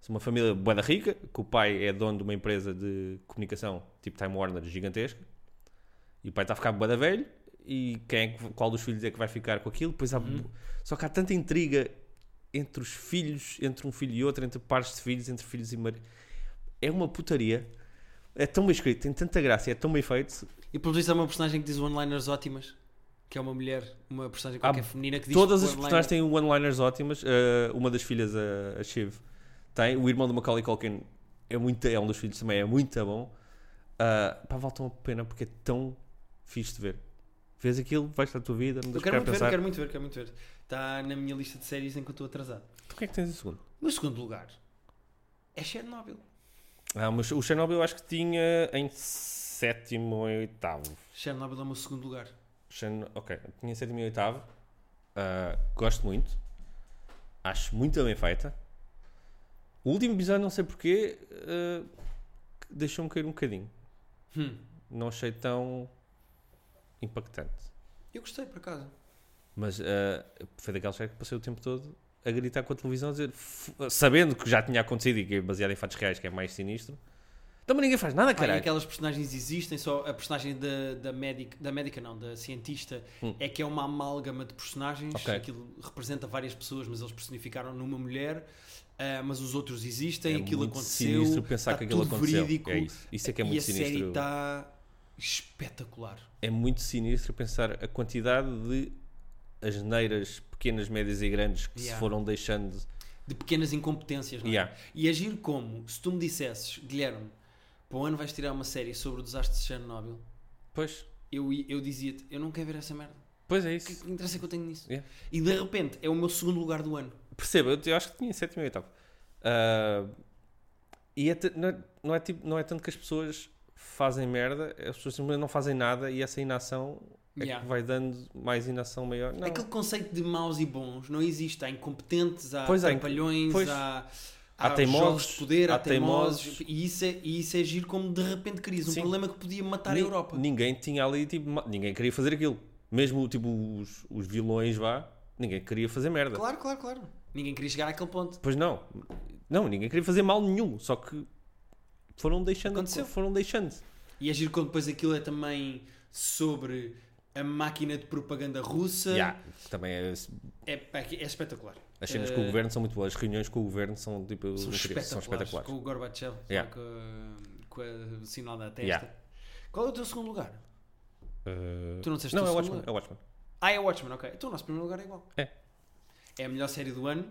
B: sobre uma família bué da rica, que o pai é dono de uma empresa de comunicação, tipo Time Warner, gigantesca, e o pai está a ficar bué da velho, e quem é que- qual dos filhos é que vai ficar com aquilo, pois há,
A: Uhum.
B: só que há tanta intriga entre os filhos, entre um filho e outro, entre pares de filhos, entre filhos e marido. É uma putaria. É tão bem escrito, tem tanta graça, é tão bem feito.
A: E pelo visto há uma personagem que diz one-liners ótimas. Que é uma mulher, uma personagem qualquer feminina que diz
B: Todas as
A: one-liners.
B: personagens têm one-liners ótimas. Uh, uma das filhas, a, a Shiv, tem. O irmão do Macaulay Culkin é, muito, é um dos filhos também, é muito bom. Uh, pá, vale tão a pena porque é tão fixe de ver. Vês aquilo, vais para a tua vida, não
A: Eu
B: deixas
A: quero muito
B: ficar a
A: ver, eu
B: pensar.
A: quero muito ver, quero muito ver. Está na minha lista de séries em que eu estou atrasado.
B: Tu, O que é que tens em segundo?
A: No segundo lugar é Chernobyl.
B: Ah, mas o Chernobyl eu acho que tinha em sétimo ou em oitavo.
A: Chernobyl é o meu segundo lugar.
B: Shen- Ok, tinha sétimo e oitavo. Ah, gosto muito. Acho muito bem feita. O último episódio, não sei porquê, ah, que deixou-me cair um bocadinho.
A: Hum.
B: Não achei tão impactante.
A: Eu gostei, por acaso.
B: Mas ah, foi daquela série que passei o tempo todo a gritar com a televisão, a dizer, "F- sabendo que já tinha acontecido e que é baseado em fatos reais, que é mais sinistro. Também ninguém faz nada,
A: Pá, e
B: Ah, caralho.
A: aquelas personagens existem, só a personagem da, da, médica, da médica, não, da cientista, é que é uma amálgama de personagens.
B: Hum. Ok.
A: Aquilo representa várias pessoas, mas eles personificaram numa mulher. ah, mas os outros existem,
B: É
A: aquilo
B: muito
A: aconteceu.
B: sinistro pensar
A: está
B: que aquilo
A: tudo
B: aconteceu.
A: Verídico,
B: É isso. Isso é que é
A: e
B: muito
A: a
B: sinistro.
A: série está espetacular.
B: é muito sinistro pensar a quantidade de asneiras pequenas, médias e grandes que se
A: Yeah.
B: foram deixando
A: de pequenas incompetências, não é?
B: Yeah.
A: E agir como, se tu me dissesses, Guilherme, para o ano vais tirar uma série sobre o desastre de Chernobyl,
B: Pois,
A: eu, ia- eu dizia-te, eu não quero ver essa merda.
B: pois é
A: O que,
B: isso.
A: que interesse é que eu tenho nisso?
B: Yeah.
A: E de repente é o meu segundo lugar do ano.
B: Perceba, eu, eu acho que tinha sétimo e oitavo. Ah, e é t- não, é, não, é tipo- não é tanto que as pessoas fazem merda, as pessoas simplesmente não fazem nada e essa inação é
A: Yeah.
B: que vai dando mais inação maior. Não.
A: Aquele conceito de maus e bons não existe. Há incompetentes, há
B: Pois há inc-
A: trampalhões,
B: pois.
A: há,
B: Há teimosos,
A: jogos de poder, há,
B: há
A: teimosos.
B: teimosos.
A: E, isso é, e isso é agir como de repente querias. Um
B: Sim.
A: problema que podia matar a
B: Ni-
A: Europa.
B: Ninguém tinha ali, tipo, ma- ninguém queria fazer aquilo. Mesmo, tipo, os, os vilões, vá, ninguém queria fazer merda.
A: Claro, claro, claro. Ninguém queria chegar àquele ponto.
B: Pois não. Não, ninguém queria fazer mal nenhum, só que foram deixando,
A: Aconteceu.
B: foram deixando.
A: E agir como depois aquilo é também sobre a máquina de propaganda russa.
B: Yeah, Também é-
A: É, pá, é espetacular.
B: as cenas
A: Eh,
B: com o governo são muito boas, as reuniões com o governo são tipo
A: São
B: incríveis,
A: espetaculares.
B: são espetaculares.
A: Com o Gorbachev, lá
B: Yeah.
A: com, a- com a- o sinal da testa.
B: Yeah.
A: Qual é o teu segundo lugar?
B: Eh,
A: Tu não disseste
B: não,
A: o
B: é o
A: segundo
B: Watchmen, é o Watchmen.
A: Ah, é Watchmen, ok. Então o nosso primeiro lugar é igual.
B: É.
A: É a melhor série do ano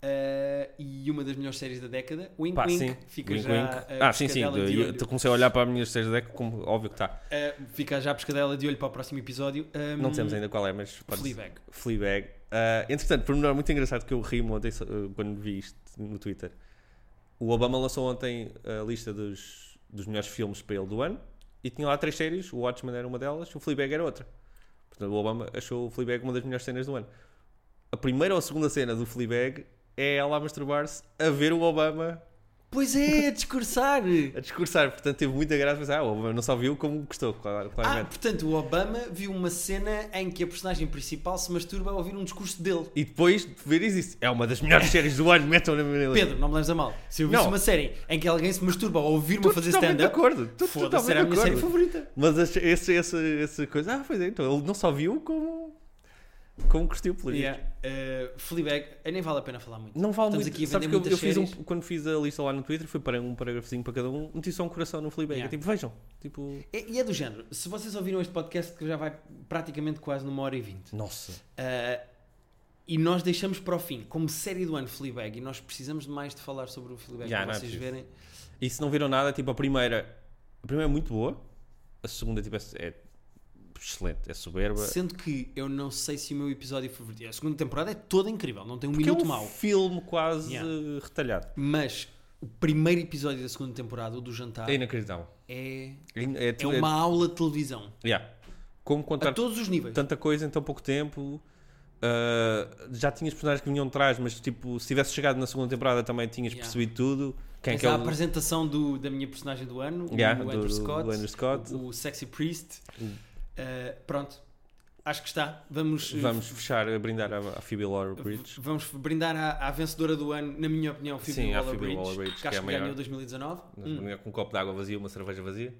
A: eh, e uma das melhores séries da década. Wink
B: Pá,
A: Wink
B: sim.
A: fica
B: Wink,
A: já
B: wink.
A: a
B: Ah, sim, sim.
A: pescadela de
B: Eu,
A: olho.
B: eu comecei a olhar para a minha terceira deck, como óbvio que está.
A: Eh, fica já a pescadela de olho para o próximo episódio. Um,
B: Não dissemos ainda qual é, mas pode ser.
A: Fleabag.
B: Fleabag. Ah, entretanto, pormenor muito engraçado que eu ri ontem só- eh, quando vi isto no Twitter. O Obama lançou ontem a lista dos, dos melhores filmes para ele do ano e tinha lá três séries. O Watchmen era uma delas, o Fleabag era outra. Portanto, o Obama achou o Fleabag uma das melhores cenas do ano. A primeira ou a segunda cena do Fleabag é ela a masturbar-se a ver o Obama
A: Pois é, a discursar.
B: a discursar. Portanto, teve muita graça pensar, ah, o Obama não só viu como gostou, clar-
A: ah,
B: claramente.
A: portanto, o Obama viu uma cena em que a personagem principal se masturba ao ouvir um discurso dele.
B: E depois de ver isso, é uma das melhores séries do ano, metam na minha lista.
A: Pedro, não me leves a mal. Se eu visse
B: Não.
A: uma série em que alguém se masturba ao ouvir-me a fazer
B: Totalmente de
A: stand-up,
B: acordo. Tu- tu
A: foda-se,
B: totalmente
A: era a minha
B: de
A: série
B: acordo.
A: favorita.
B: Mas esse, esse, esse, esse coisa, ah, pois é, então ele não só viu como, como curtiu pelo visto.
A: Yeah. Uh, Fleabag, eh, nem vale a pena falar muito.
B: Não vale
A: Estamos
B: muito.
A: aqui a
B: Sabes
A: vender
B: que eu, eu
A: muitas
B: fiz um-
A: séries.
B: quando fiz a lista lá no Twitter, fui para um parágrafozinho para cada um, meti só um coração no Fleabag.
A: Yeah.
B: É Tipo, vejam. Tipo,
A: E, e é do género. Se vocês ouviram este podcast, que já vai praticamente quase numa hora e vinte,
B: nossa.
A: uh, e nós deixamos para o fim, como série do ano, Fleabag, e nós precisamos de mais de falar sobre o Fleabag
B: Yeah,
A: para
B: não é
A: vocês
B: preciso.
A: verem.
B: E se não viram nada, tipo, a primeira, a primeira é muito boa, a segunda, tipo, é, é excelente, é soberba.
A: Sendo que eu não sei se o meu episódio favorito. A segunda temporada é toda incrível, não tem um
B: Porque é
A: minuto
B: um
A: mau.
B: filme quase
A: Yeah.
B: eh, retalhado.
A: Mas o primeiro episódio da segunda temporada, o do jantar,
B: É inacreditável.
A: é,
B: É, in-
A: é
B: tu-
A: uma aula de televisão.
B: yeah. Como contar
A: A todos os níveis.
B: tanta coisa em tão pouco tempo. Ah, já tinhas personagens que vinham de trás, mas tipo, se tivesse chegado na segunda temporada também tinhas
A: Yeah.
B: percebido tudo. Quem é
A: Tens
B: que é
A: a
B: o.
A: apresentação do, da minha personagem do ano,
B: Yeah,
A: o
B: do-
A: Andrew
B: do-
A: Scott,
B: do Andrew Scott.
A: o Sexy Priest.
B: Hum.
A: Uh, pronto, acho que está. Vamos, uh,
B: Vamos fechar a brindar à, à Phoebe
A: v-
B: Waller-Bridge.
A: vamos brindar à, à vencedora do ano, na minha opinião, Phoebe
B: Sim, à
A: Waller-Bridge,
B: Phoebe Waller-Bridge,
A: que
B: que é
A: acho
B: a
A: que
B: maior.
A: ganhou 2019.
B: Nós
A: Hum,
B: brindar Com um copo de água vazia, uma cerveja vazia?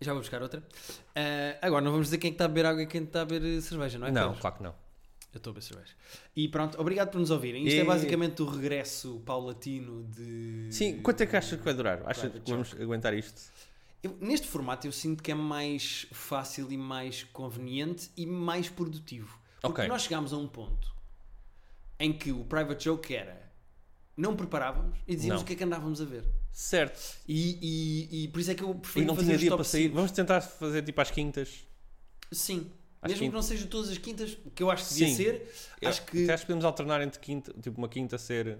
A: já vou buscar outra. Uh, agora, não vamos dizer quem é que está a beber água e quem está a beber uh, cerveja, não é?
B: não,
A: Pedro?
B: claro que não.
A: Eu estou a beber cerveja. E pronto, obrigado por nos ouvirem. Isto é
B: E-
A: basicamente o regresso paulatino de...
B: Sim, quanto é que achas que vai durar? Achas
A: Private
B: que vamos aguentar isto?
A: Eu- neste formato eu sinto que é mais fácil e mais conveniente e mais produtivo. Porque
B: Ok.
A: nós chegámos a um ponto em que o Private Joke era não preparávamos e dizíamos
B: Não.
A: o que é que andávamos a ver.
B: Certo.
A: E, e- e por isso é que eu
B: E
A: prefiro
B: não
A: fazer
B: tinha
A: os
B: dia
A: top
B: para sair. Vamos tentar fazer tipo às quintas.
A: cinco. Sim.
B: Às
A: Mesmo que
B: quintas.
A: não seja todas as quintas, que eu acho que devia
B: Sim.
A: ser,
B: Eu
A: acho que.
B: Até acho que podemos alternar entre quinta, tipo uma quinta ser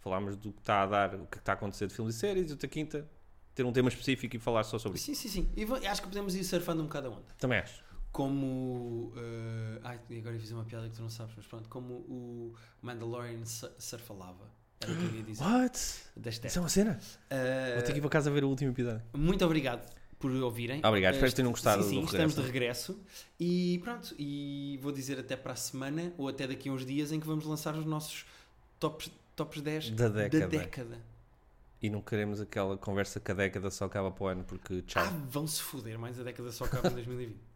B: falarmos do que está a dar, o que está a acontecer de filmes e séries, e outra quinta ter um tema específico e falar só sobre isso.
A: Sim, sim, sim. E va- acho que podemos ir surfando um bocado a onda.
B: Também acho.
A: Como. eh, ai, agora eu fiz uma piada que tu não sabes, mas pronto. Como o Mandalorian sur- surfa lava. Era o que eu ia dizer.
B: What?
A: das terras.
B: Isso é uma cena?
A: Uh,
B: Vou ter que ir para casa ver o último episódio.
A: Muito obrigado por ouvirem.
B: Obrigado,
A: Uh,
B: espero que tenham gostado
A: Sim, sim,
B: do
A: estamos
B: regresso.
A: de regresso. E pronto, e vou dizer até para a semana ou até daqui a uns dias em que vamos lançar os nossos tops, tops 10
B: Da década.
A: Da década.
B: E não queremos aquela conversa que a década só acaba para o ano, porque tchau.
A: Ah, vão-se foder, mais a década só acaba em 2020.